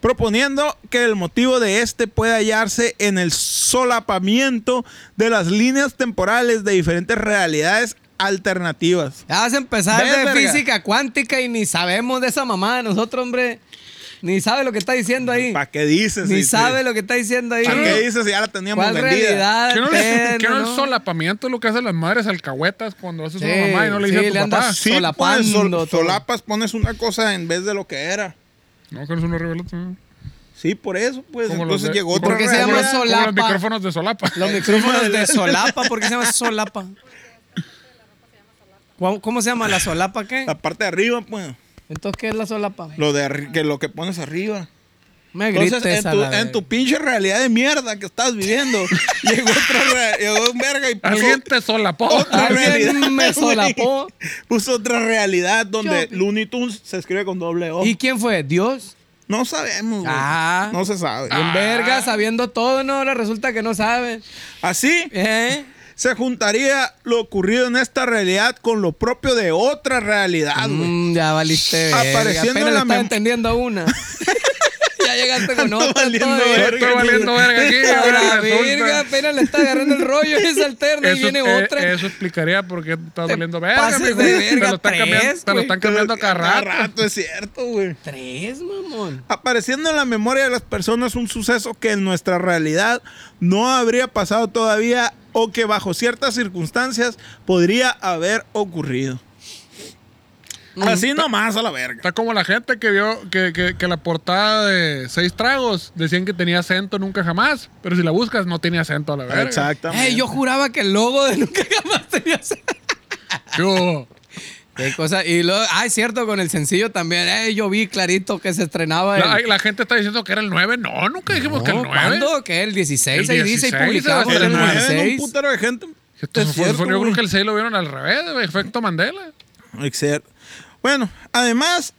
[SPEAKER 4] Proponiendo que el motivo de este puede hallarse en el solapamiento de las líneas temporales de diferentes realidades alternativas.
[SPEAKER 3] Ya vas a empezar
[SPEAKER 4] Ves,
[SPEAKER 3] de
[SPEAKER 4] verga.
[SPEAKER 3] física cuántica y ni sabemos de esa mamada nosotros, hombre. Ni sabe lo que está diciendo ahí.
[SPEAKER 4] ¿Para qué dices?
[SPEAKER 3] Ni
[SPEAKER 4] Sí, sí.
[SPEAKER 3] sabe lo que está diciendo ahí.
[SPEAKER 4] ¿Para qué dices? Ya la teníamos
[SPEAKER 3] ¿Cuál
[SPEAKER 4] vendida.
[SPEAKER 3] realidad?
[SPEAKER 2] ¿Qué no,
[SPEAKER 3] plena,
[SPEAKER 2] les, ¿qué no el
[SPEAKER 3] Ah, no?
[SPEAKER 2] solapamiento es lo que hacen las madres alcahuetas cuando haces
[SPEAKER 3] Sí,
[SPEAKER 2] una mamá y no le
[SPEAKER 3] sí,
[SPEAKER 2] dices
[SPEAKER 3] le
[SPEAKER 2] a tu
[SPEAKER 3] andas-
[SPEAKER 2] papá?
[SPEAKER 4] Sí,
[SPEAKER 3] solapando
[SPEAKER 4] pones sol-
[SPEAKER 3] todo.
[SPEAKER 4] solapas, pones una cosa en vez de lo que era.
[SPEAKER 2] No, que no es un revelo. ¿no?
[SPEAKER 4] Sí, por eso, pues.
[SPEAKER 2] Como los
[SPEAKER 4] Entonces
[SPEAKER 2] de-
[SPEAKER 4] llegó
[SPEAKER 2] como-
[SPEAKER 4] otra
[SPEAKER 3] ¿Por qué se
[SPEAKER 2] como
[SPEAKER 3] llama
[SPEAKER 2] los-
[SPEAKER 4] realidad.
[SPEAKER 2] como
[SPEAKER 3] solapa?
[SPEAKER 2] los micrófonos de solapa.
[SPEAKER 3] Los micrófonos de solapa. ¿Por qué se llama solapa? ¿Cómo- ¿Cómo se llama? ¿La solapa qué?
[SPEAKER 4] La parte de arriba, pues.
[SPEAKER 3] Entonces, ¿qué es la solapa?
[SPEAKER 4] Lo, de arri- que, lo que pones arriba.
[SPEAKER 3] Me grites
[SPEAKER 4] Entonces, en
[SPEAKER 3] a
[SPEAKER 4] tu,
[SPEAKER 3] la verga.
[SPEAKER 4] en tu pinche realidad de mierda que estás viviendo, llegó otra re- llegó un verga y puso,
[SPEAKER 2] Alguien te solapó.
[SPEAKER 4] otra realidad.
[SPEAKER 3] Alguien me
[SPEAKER 4] güey.
[SPEAKER 3] solapó.
[SPEAKER 4] Puso otra realidad donde
[SPEAKER 3] Yo-
[SPEAKER 4] Looney Tunes se escribe con doble O.
[SPEAKER 3] ¿Y quién fue? ¿Dios?
[SPEAKER 4] No sabemos, güey.
[SPEAKER 3] Ah.
[SPEAKER 4] No se sabe.
[SPEAKER 3] En verga, sabiendo todo, no, ahora resulta que no saben.
[SPEAKER 4] Así,
[SPEAKER 3] ¿Eh?
[SPEAKER 4] se juntaría lo ocurrido en esta realidad con lo propio de otra realidad, güey.
[SPEAKER 3] Mm, ya valiste. verga.
[SPEAKER 4] Apareciendo
[SPEAKER 3] Apenas
[SPEAKER 4] en
[SPEAKER 3] le
[SPEAKER 4] la
[SPEAKER 3] estaba
[SPEAKER 4] mem-
[SPEAKER 3] entendiendo a una. ya llegaste con
[SPEAKER 4] Ando
[SPEAKER 3] otra.
[SPEAKER 4] valiendo
[SPEAKER 3] todavía.
[SPEAKER 4] verga.
[SPEAKER 2] Estoy valiendo verga aquí.
[SPEAKER 3] A
[SPEAKER 2] ahora
[SPEAKER 3] la verga,
[SPEAKER 2] resulta.
[SPEAKER 3] apenas le está agarrando el rollo y se alterna y
[SPEAKER 2] Eso,
[SPEAKER 3] viene
[SPEAKER 2] eh,
[SPEAKER 3] otra.
[SPEAKER 2] eso explicaría por qué estás
[SPEAKER 3] Te
[SPEAKER 2] valiendo verga.
[SPEAKER 3] pases
[SPEAKER 2] mijo.
[SPEAKER 3] de
[SPEAKER 2] te
[SPEAKER 3] verga
[SPEAKER 2] lo están
[SPEAKER 3] tres,
[SPEAKER 2] cambiando, te lo
[SPEAKER 3] güey.
[SPEAKER 2] están cambiando cada rato.
[SPEAKER 4] es cierto, güey.
[SPEAKER 3] Tres, mamón.
[SPEAKER 4] Apareciendo en la memoria de las personas un suceso que en nuestra realidad no habría pasado todavía o que bajo ciertas circunstancias podría haber ocurrido.
[SPEAKER 2] Mm.
[SPEAKER 4] Así nomás a la verga.
[SPEAKER 2] Está como la gente que vio que, que- que la portada de Seis Tragos decían que tenía acento nunca jamás, pero si la buscas no tenía acento a la verga.
[SPEAKER 4] Exactamente.
[SPEAKER 3] Ey, yo juraba que el logo de nunca jamás tenía acento.
[SPEAKER 2] ¿Qué hubo?
[SPEAKER 3] Qué cosa. Y luego, ah, es cierto, con el sencillo también. Eh, yo vi clarito que se estrenaba.
[SPEAKER 2] La,
[SPEAKER 3] el,
[SPEAKER 2] la gente está diciendo que era el 9. No, nunca dijimos que el
[SPEAKER 3] No,
[SPEAKER 2] 9.
[SPEAKER 3] ¿Cuándo? Que el 16, ahí
[SPEAKER 2] El
[SPEAKER 3] dice y
[SPEAKER 2] 16,
[SPEAKER 3] publicado
[SPEAKER 2] el
[SPEAKER 3] el
[SPEAKER 4] El 9 en
[SPEAKER 3] 16.
[SPEAKER 4] un putero de gente.
[SPEAKER 2] Esto
[SPEAKER 4] Es
[SPEAKER 2] fue-
[SPEAKER 4] cierto,
[SPEAKER 2] fue- yo
[SPEAKER 4] güey.
[SPEAKER 2] creo que el 6 lo vieron al revés, güey, efecto Mandela.
[SPEAKER 4] Exer- Bueno, además,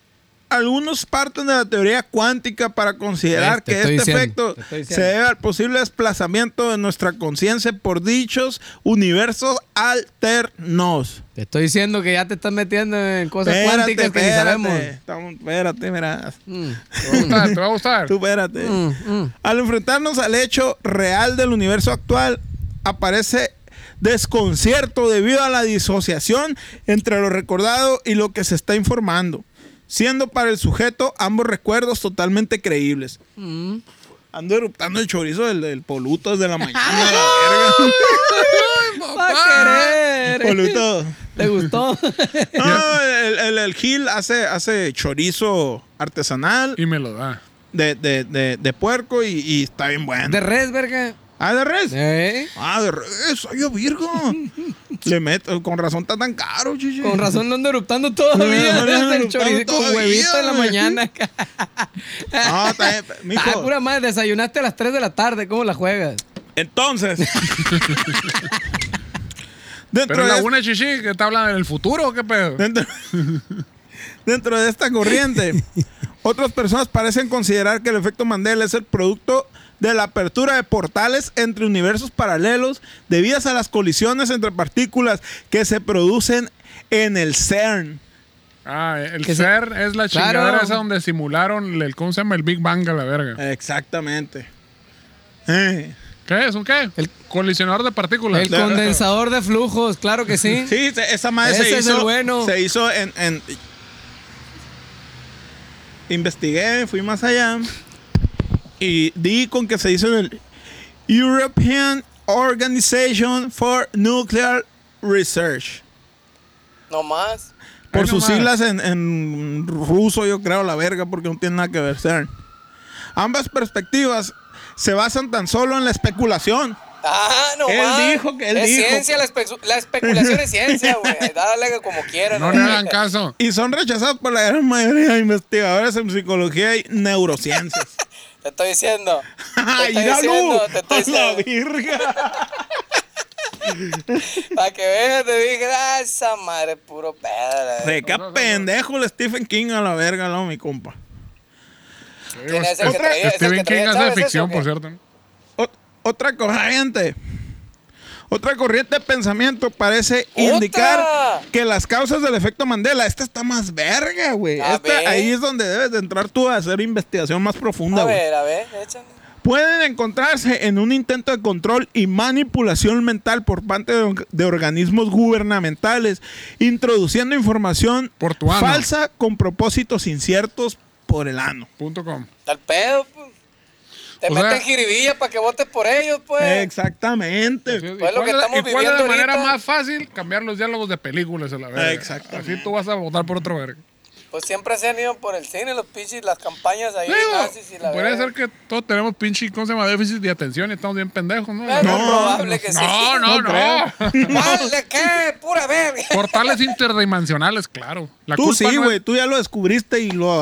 [SPEAKER 4] algunos parten de la teoría cuántica para considerar
[SPEAKER 3] Eh, te
[SPEAKER 4] que este
[SPEAKER 3] estoy diciendo, te estoy
[SPEAKER 4] efecto
[SPEAKER 3] diciendo.
[SPEAKER 4] se debe al posible desplazamiento de nuestra conciencia por dichos universos alternos.
[SPEAKER 3] Te estoy diciendo que ya te estás metiendo en cosas cuánticas que ni sabemos.
[SPEAKER 4] Estamos- espérate, mira.
[SPEAKER 3] Mm,
[SPEAKER 2] Te va a gustar, te va a gustar.
[SPEAKER 4] Tú espérate.
[SPEAKER 3] mm, mm.
[SPEAKER 4] Al enfrentarnos al hecho real del universo actual, aparece desconcierto debido a la disociación entre lo recordado y lo que se está informando, siendo para el sujeto ambos recuerdos totalmente creíbles. Ando eruptando el chorizo del, del poluto desde la mañana. la
[SPEAKER 3] Va a
[SPEAKER 4] verga.
[SPEAKER 3] querer.
[SPEAKER 4] poluto.
[SPEAKER 3] ¿Te gustó?
[SPEAKER 4] No, el, el- el Gil hace, hace chorizo artesanal
[SPEAKER 2] Y me lo da.
[SPEAKER 4] de, de- de- de puerco y, y está bien bueno.
[SPEAKER 3] ¿De res, verga?
[SPEAKER 4] ah, de res.
[SPEAKER 3] ¿Eh?
[SPEAKER 4] Ah, de re- soy yo Virgo. Le meto, con razón está tan caro, chichi.
[SPEAKER 3] Con razón no ando eruptando todavía.
[SPEAKER 4] No, no, no,
[SPEAKER 3] desde el
[SPEAKER 4] eruptando
[SPEAKER 3] chorizo con
[SPEAKER 4] todavía,
[SPEAKER 3] huevito en la
[SPEAKER 4] güey.
[SPEAKER 3] mañana.
[SPEAKER 4] No, está bien, mijo.
[SPEAKER 3] Ah, pura madre, desayunaste a las 3 de la tarde. ¿Cómo la juegas?
[SPEAKER 4] Entonces. dentro,
[SPEAKER 2] Pero
[SPEAKER 4] de
[SPEAKER 2] la
[SPEAKER 4] es-
[SPEAKER 2] una chichi que está hablando del futuro, ¿qué pedo?
[SPEAKER 3] Eh,
[SPEAKER 4] dentro, dentro de esta corriente, otras personas parecen considerar que el efecto Mandela es el producto de la apertura de portales entre universos paralelos debidas a las colisiones entre partículas que se producen en el CERN.
[SPEAKER 2] Ah, el
[SPEAKER 3] Que se-
[SPEAKER 2] CERN es la
[SPEAKER 3] Claro.
[SPEAKER 2] chingadera esa donde simularon el, ¿cómo se llama? El Big Bang a la
[SPEAKER 3] Eh.
[SPEAKER 2] verga.
[SPEAKER 4] Exactamente. Eh.
[SPEAKER 2] ¿Qué es? ¿Un qué?
[SPEAKER 3] El-
[SPEAKER 2] colisionador de partículas.
[SPEAKER 3] El condensador de flujos, claro que sí.
[SPEAKER 4] Sí, se- esa madre
[SPEAKER 3] Ese
[SPEAKER 4] se
[SPEAKER 3] es
[SPEAKER 4] hizo.
[SPEAKER 3] el bueno.
[SPEAKER 4] Se hizo en, en- Investigué, fui más allá. Y di con que se hizo en el European Organization for Nuclear Research.
[SPEAKER 3] No más.
[SPEAKER 4] Por
[SPEAKER 2] Ay,
[SPEAKER 4] sus
[SPEAKER 2] nomás.
[SPEAKER 4] siglas en, en ruso, yo creo, la verga, porque no tiene nada que ver. CERN. Ambas perspectivas se basan tan solo en la especulación.
[SPEAKER 5] Ah, no
[SPEAKER 4] Él
[SPEAKER 5] más.
[SPEAKER 4] dijo que- él
[SPEAKER 5] es
[SPEAKER 4] dijo.
[SPEAKER 5] ciencia, la, espe- la especulación es ciencia, güey. Dale como quieran.
[SPEAKER 2] No le hagan caso.
[SPEAKER 4] Y son rechazadas por la gran mayoría de investigadores en psicología y neurociencias.
[SPEAKER 5] Te estoy diciendo. Te
[SPEAKER 4] ¡Ay, uh.
[SPEAKER 5] estoy
[SPEAKER 4] la
[SPEAKER 5] diciendo,
[SPEAKER 4] luz!
[SPEAKER 5] te estoy
[SPEAKER 4] ¡A la
[SPEAKER 5] diciendo.
[SPEAKER 4] virga!
[SPEAKER 5] Para que veas, te dije, ah, esa madre, puro pedo.
[SPEAKER 4] Re, qué pendejo el Stephen King a la verga, no, mi compa.
[SPEAKER 5] ¿Quién es el que
[SPEAKER 4] Otra-
[SPEAKER 5] traía? ¿Es el
[SPEAKER 2] Steven
[SPEAKER 5] que
[SPEAKER 2] King
[SPEAKER 5] traía
[SPEAKER 2] hace
[SPEAKER 5] Chávez, ese
[SPEAKER 2] ficción,
[SPEAKER 5] o
[SPEAKER 2] por
[SPEAKER 5] qué?
[SPEAKER 2] cierto.
[SPEAKER 4] Ot- otra corriente. Otra corriente de pensamiento parece
[SPEAKER 5] ¡Otra!
[SPEAKER 4] indicar que las causas del efecto Mandela, esta está más verga, güey.
[SPEAKER 5] A
[SPEAKER 4] Esta-
[SPEAKER 5] ver.
[SPEAKER 4] Ahí es donde debes de entrar tú a hacer investigación más profunda,
[SPEAKER 5] A
[SPEAKER 4] güey.
[SPEAKER 5] ver, a ver, échale.
[SPEAKER 4] pueden encontrarse en un intento de control y manipulación mental por parte de, de organismos gubernamentales, introduciendo información
[SPEAKER 2] Por tu ano.
[SPEAKER 4] falsa con propósitos inciertos por el ano.
[SPEAKER 2] Punto com.
[SPEAKER 5] Al pedo, pues. Te
[SPEAKER 2] O sea-
[SPEAKER 5] meten jiribilla para que votes por ellos, pues.
[SPEAKER 4] Exactamente.
[SPEAKER 2] ¿Y
[SPEAKER 5] Pues lo
[SPEAKER 2] cuál
[SPEAKER 5] que
[SPEAKER 2] es la-
[SPEAKER 5] estamos
[SPEAKER 2] ¿Y cuál es la
[SPEAKER 5] viviendo
[SPEAKER 2] manera
[SPEAKER 5] ahorita?
[SPEAKER 2] más fácil? Cambiar los diálogos de películas a la verga.
[SPEAKER 4] Exactamente.
[SPEAKER 2] Así tú vas a votar por otro verga.
[SPEAKER 5] Pues siempre se han ido por el cine, los pinches, las campañas ahí, nazis y Ah, la
[SPEAKER 2] Digo, puede
[SPEAKER 5] verga.
[SPEAKER 2] ser que todos tenemos pinche, ¿cómo se llama? Déficit de atención y estamos bien pendejos, ¿no?
[SPEAKER 5] No, es
[SPEAKER 4] No,
[SPEAKER 5] probable que sí.
[SPEAKER 2] no, no.
[SPEAKER 4] No
[SPEAKER 2] no.
[SPEAKER 5] ¿Vale qué? Pura verga.
[SPEAKER 2] Portales interdimensionales, claro. La
[SPEAKER 4] Tú
[SPEAKER 2] culpa
[SPEAKER 4] sí,
[SPEAKER 2] no
[SPEAKER 4] güey,
[SPEAKER 2] es-
[SPEAKER 4] tú ya lo descubriste y lo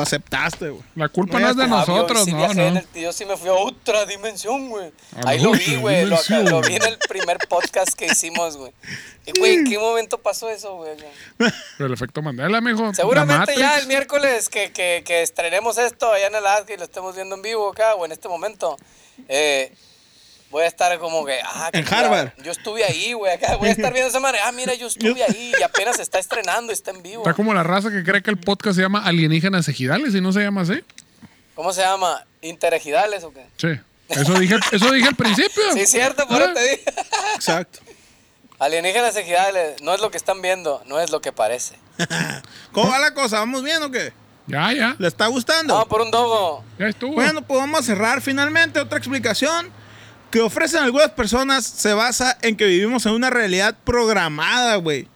[SPEAKER 4] aceptaste, güey.
[SPEAKER 2] la culpa no es de
[SPEAKER 4] Ah,
[SPEAKER 5] Ah, yo
[SPEAKER 2] nosotros,
[SPEAKER 5] sí
[SPEAKER 2] no,
[SPEAKER 5] viajé en
[SPEAKER 2] no.
[SPEAKER 5] el- yo sí me fui a otra dimensión, güey.
[SPEAKER 2] A
[SPEAKER 5] Ahí lo
[SPEAKER 2] otra
[SPEAKER 5] vi, güey. Lo, acá-
[SPEAKER 2] dimensión.
[SPEAKER 5] lo vi en el primer podcast que hicimos, güey. Y, güey, ¿en qué momento pasó eso, güey?
[SPEAKER 2] Pero el efecto Mandela, mijo. la
[SPEAKER 5] Seguramente ya
[SPEAKER 2] Matrix.
[SPEAKER 5] el miércoles que, que, que estrenemos esto allá en el ASG y lo estemos viendo en vivo acá o en este momento, eh, voy a estar como que... Ah, que
[SPEAKER 4] En
[SPEAKER 5] mira,
[SPEAKER 4] Harvard.
[SPEAKER 5] Yo estuve ahí, güey. Acá voy a estar viendo esa madre. Ah, mira, yo estuve ahí y apenas se está estrenando, está en vivo.
[SPEAKER 2] Está como la raza que cree que el podcast se llama Alienígenas Ejidales y no se llama así.
[SPEAKER 5] ¿Cómo se llama? ¿Interejidales o qué?
[SPEAKER 2] Sí. Eso dije, eso dije al principio.
[SPEAKER 5] Sí, cierto, por
[SPEAKER 2] Ah.
[SPEAKER 5] eso te dije.
[SPEAKER 4] Exacto.
[SPEAKER 5] Alienígenas ejidales, no es lo que están viendo, no es lo que parece.
[SPEAKER 4] ¿Cómo va la cosa? ¿Vamos bien o qué?
[SPEAKER 2] Ya, ya.
[SPEAKER 4] ¿Le está gustando?
[SPEAKER 2] Ah,
[SPEAKER 5] Vamos
[SPEAKER 2] pues,
[SPEAKER 5] por un dogo.
[SPEAKER 2] Ya estuvo.
[SPEAKER 4] Bueno, pues vamos a cerrar finalmente otra explicación que ofrecen algunas personas se basa en que vivimos en una realidad programada, güey.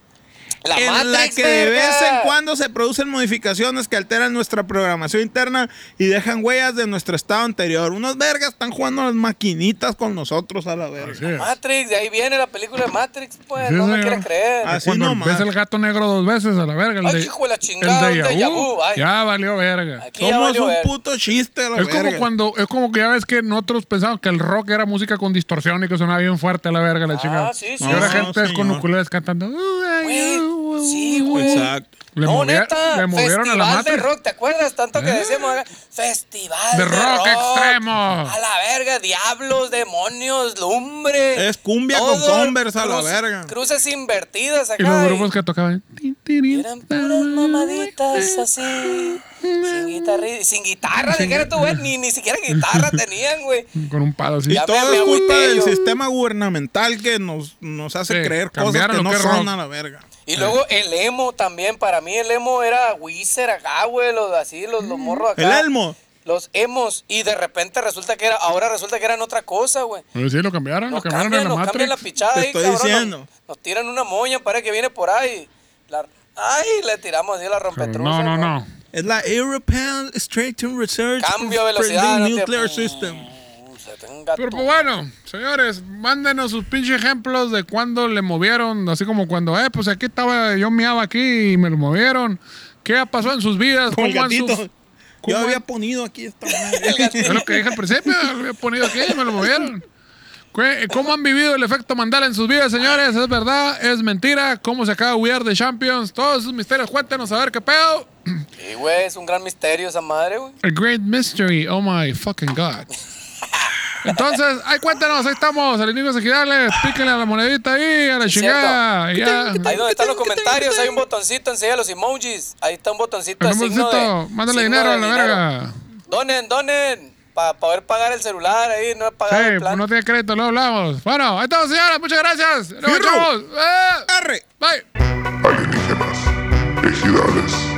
[SPEAKER 3] La
[SPEAKER 4] en la
[SPEAKER 3] Matrix,
[SPEAKER 4] que de
[SPEAKER 3] verga.
[SPEAKER 4] vez en cuando se producen modificaciones que alteran nuestra programación interna y dejan huellas de nuestro estado anterior. Unos vergas están jugando a las maquinitas con nosotros a la
[SPEAKER 2] Así
[SPEAKER 4] verga.
[SPEAKER 2] es.
[SPEAKER 3] Matrix, de ahí viene la película de Matrix, pues,
[SPEAKER 2] Sí,
[SPEAKER 3] no me
[SPEAKER 2] señor.
[SPEAKER 3] quieres creer.
[SPEAKER 4] Así
[SPEAKER 2] Cuando
[SPEAKER 4] nomás.
[SPEAKER 2] ves el gato negro dos veces a la verga. El
[SPEAKER 3] Ay,
[SPEAKER 2] de,
[SPEAKER 3] hijo de la chingada,
[SPEAKER 2] el
[SPEAKER 3] un
[SPEAKER 2] de
[SPEAKER 3] déjà vu, ay.
[SPEAKER 2] Ya valió verga.
[SPEAKER 3] Aquí ya
[SPEAKER 4] Somos
[SPEAKER 3] valió
[SPEAKER 4] un
[SPEAKER 3] ver.
[SPEAKER 4] puto chiste a la
[SPEAKER 2] Es
[SPEAKER 4] verga.
[SPEAKER 2] como cuando, es como que ya ves que nosotros pensábamos que el rock era música con distorsión y que sonaba bien fuerte a la verga, la
[SPEAKER 3] Ah,
[SPEAKER 2] chingada.
[SPEAKER 3] sí, sí,
[SPEAKER 2] y ahora
[SPEAKER 4] sí.
[SPEAKER 2] gente es con
[SPEAKER 4] Señor.
[SPEAKER 2] ukuleles cantando.
[SPEAKER 3] Güey, sí, güey.
[SPEAKER 4] Exacto.
[SPEAKER 2] Le,
[SPEAKER 3] no,
[SPEAKER 2] movia-
[SPEAKER 3] neta,
[SPEAKER 2] le movieron a
[SPEAKER 3] festival
[SPEAKER 2] la
[SPEAKER 3] de
[SPEAKER 2] Matrix. Eh.
[SPEAKER 3] rock, ¿te acuerdas? Tanto que decíamos, acá, festival
[SPEAKER 2] De
[SPEAKER 3] de,
[SPEAKER 2] rock extremo.
[SPEAKER 3] A la verga, diablos, demonios, lumbre.
[SPEAKER 4] Es cumbia con Converse, a la verga.
[SPEAKER 3] Cruces invertidas acá.
[SPEAKER 2] Y los
[SPEAKER 3] y
[SPEAKER 2] grupos que tocaban. tin, tirin,
[SPEAKER 3] Eran puras mamaditas así. Sin guitarra, sin guitarra, dijera tú, güey, ni, ni siquiera guitarra tenían, güey.
[SPEAKER 2] Con un palo así.
[SPEAKER 4] Y
[SPEAKER 3] Ya me-
[SPEAKER 4] todo
[SPEAKER 3] me
[SPEAKER 4] es culpa
[SPEAKER 3] agüité
[SPEAKER 4] del
[SPEAKER 3] yo.
[SPEAKER 4] sistema gubernamental que nos, nos hace
[SPEAKER 2] Sí,
[SPEAKER 4] creer cosas
[SPEAKER 2] cambiaron
[SPEAKER 4] que
[SPEAKER 2] lo
[SPEAKER 4] no
[SPEAKER 2] que es
[SPEAKER 4] son
[SPEAKER 2] rock.
[SPEAKER 4] a la verga.
[SPEAKER 3] Y luego el emo también, para mí el emo era Wizard acá, güey, los así, los, los morros acá.
[SPEAKER 4] El elmo.
[SPEAKER 3] Los emos. Y de repente resulta que era, ahora resulta que eran otra cosa, güey.
[SPEAKER 2] Pero sí, lo cambiaron,
[SPEAKER 3] Nos
[SPEAKER 2] lo cambiaron
[SPEAKER 3] cambian,
[SPEAKER 2] en la
[SPEAKER 3] nos cambian la
[SPEAKER 2] Matrix.
[SPEAKER 3] pichada
[SPEAKER 4] Te
[SPEAKER 3] ahí,
[SPEAKER 4] estoy
[SPEAKER 3] cabrón,
[SPEAKER 4] diciendo.
[SPEAKER 3] Nos, nos tiran una moña, parece que viene por ahí. La- ay, le tiramos así la rompetruza.
[SPEAKER 2] No, no,
[SPEAKER 3] güey.
[SPEAKER 2] no.
[SPEAKER 4] Es la European Stratum Research
[SPEAKER 3] Cambio de velocidad.
[SPEAKER 4] Friendly
[SPEAKER 3] no te-
[SPEAKER 4] Nuclear System.
[SPEAKER 3] Mm, se tenga
[SPEAKER 2] Pero
[SPEAKER 3] tu-
[SPEAKER 2] pues, bueno, señores, mándenos sus pinches ejemplos de cuando le movieron, así como cuando, eh, pues aquí estaba, yo meaba aquí y me lo movieron. ¿Qué ha pasado en sus vidas?
[SPEAKER 4] Como el
[SPEAKER 2] ¿Cómo han
[SPEAKER 4] gatito.
[SPEAKER 2] sus-
[SPEAKER 4] Yo
[SPEAKER 2] cómo
[SPEAKER 4] había
[SPEAKER 2] han-
[SPEAKER 4] ponido aquí esta
[SPEAKER 3] El
[SPEAKER 4] madre.
[SPEAKER 3] gatito.
[SPEAKER 2] Es lo que dije al principio, lo había ponido aquí, me lo movieron. ¿Qué- ¿Cómo han vivido el efecto Mandala en sus vidas, señores? ¿Es verdad? ¿Es mentira? ¿Cómo se acaba We Are the Champions? Todos esos misterios, cuéntenos a ver qué pedo.
[SPEAKER 3] Sí, güey, es un gran misterio esa madre, güey.
[SPEAKER 2] A great mystery, oh my fucking god. Entonces, ahí cuéntanos, ahí estamos, alienígenas ejidales, píquenle a la monedita ahí, a la chingada. y Ya.
[SPEAKER 3] Ahí donde están los comentarios, hay un botoncito enseguida de los emojis. Ahí está un botoncito de
[SPEAKER 2] Nos
[SPEAKER 3] signo de.
[SPEAKER 2] vemos, mándale
[SPEAKER 3] signo
[SPEAKER 2] dinero
[SPEAKER 3] de
[SPEAKER 2] a la
[SPEAKER 3] dinero.
[SPEAKER 2] verga.
[SPEAKER 3] Donen, donen. Para poder pagar el celular ahí, no es pagar
[SPEAKER 2] Sí,
[SPEAKER 3] el
[SPEAKER 2] pues
[SPEAKER 3] plan.
[SPEAKER 2] no tiene crédito, luego hablamos. Bueno, ahí estamos, señores, muchas gracias. Nos
[SPEAKER 4] Fierro.
[SPEAKER 2] vemos. Eh,
[SPEAKER 4] Arre.
[SPEAKER 2] Bye.
[SPEAKER 1] alienígenas, ejidales.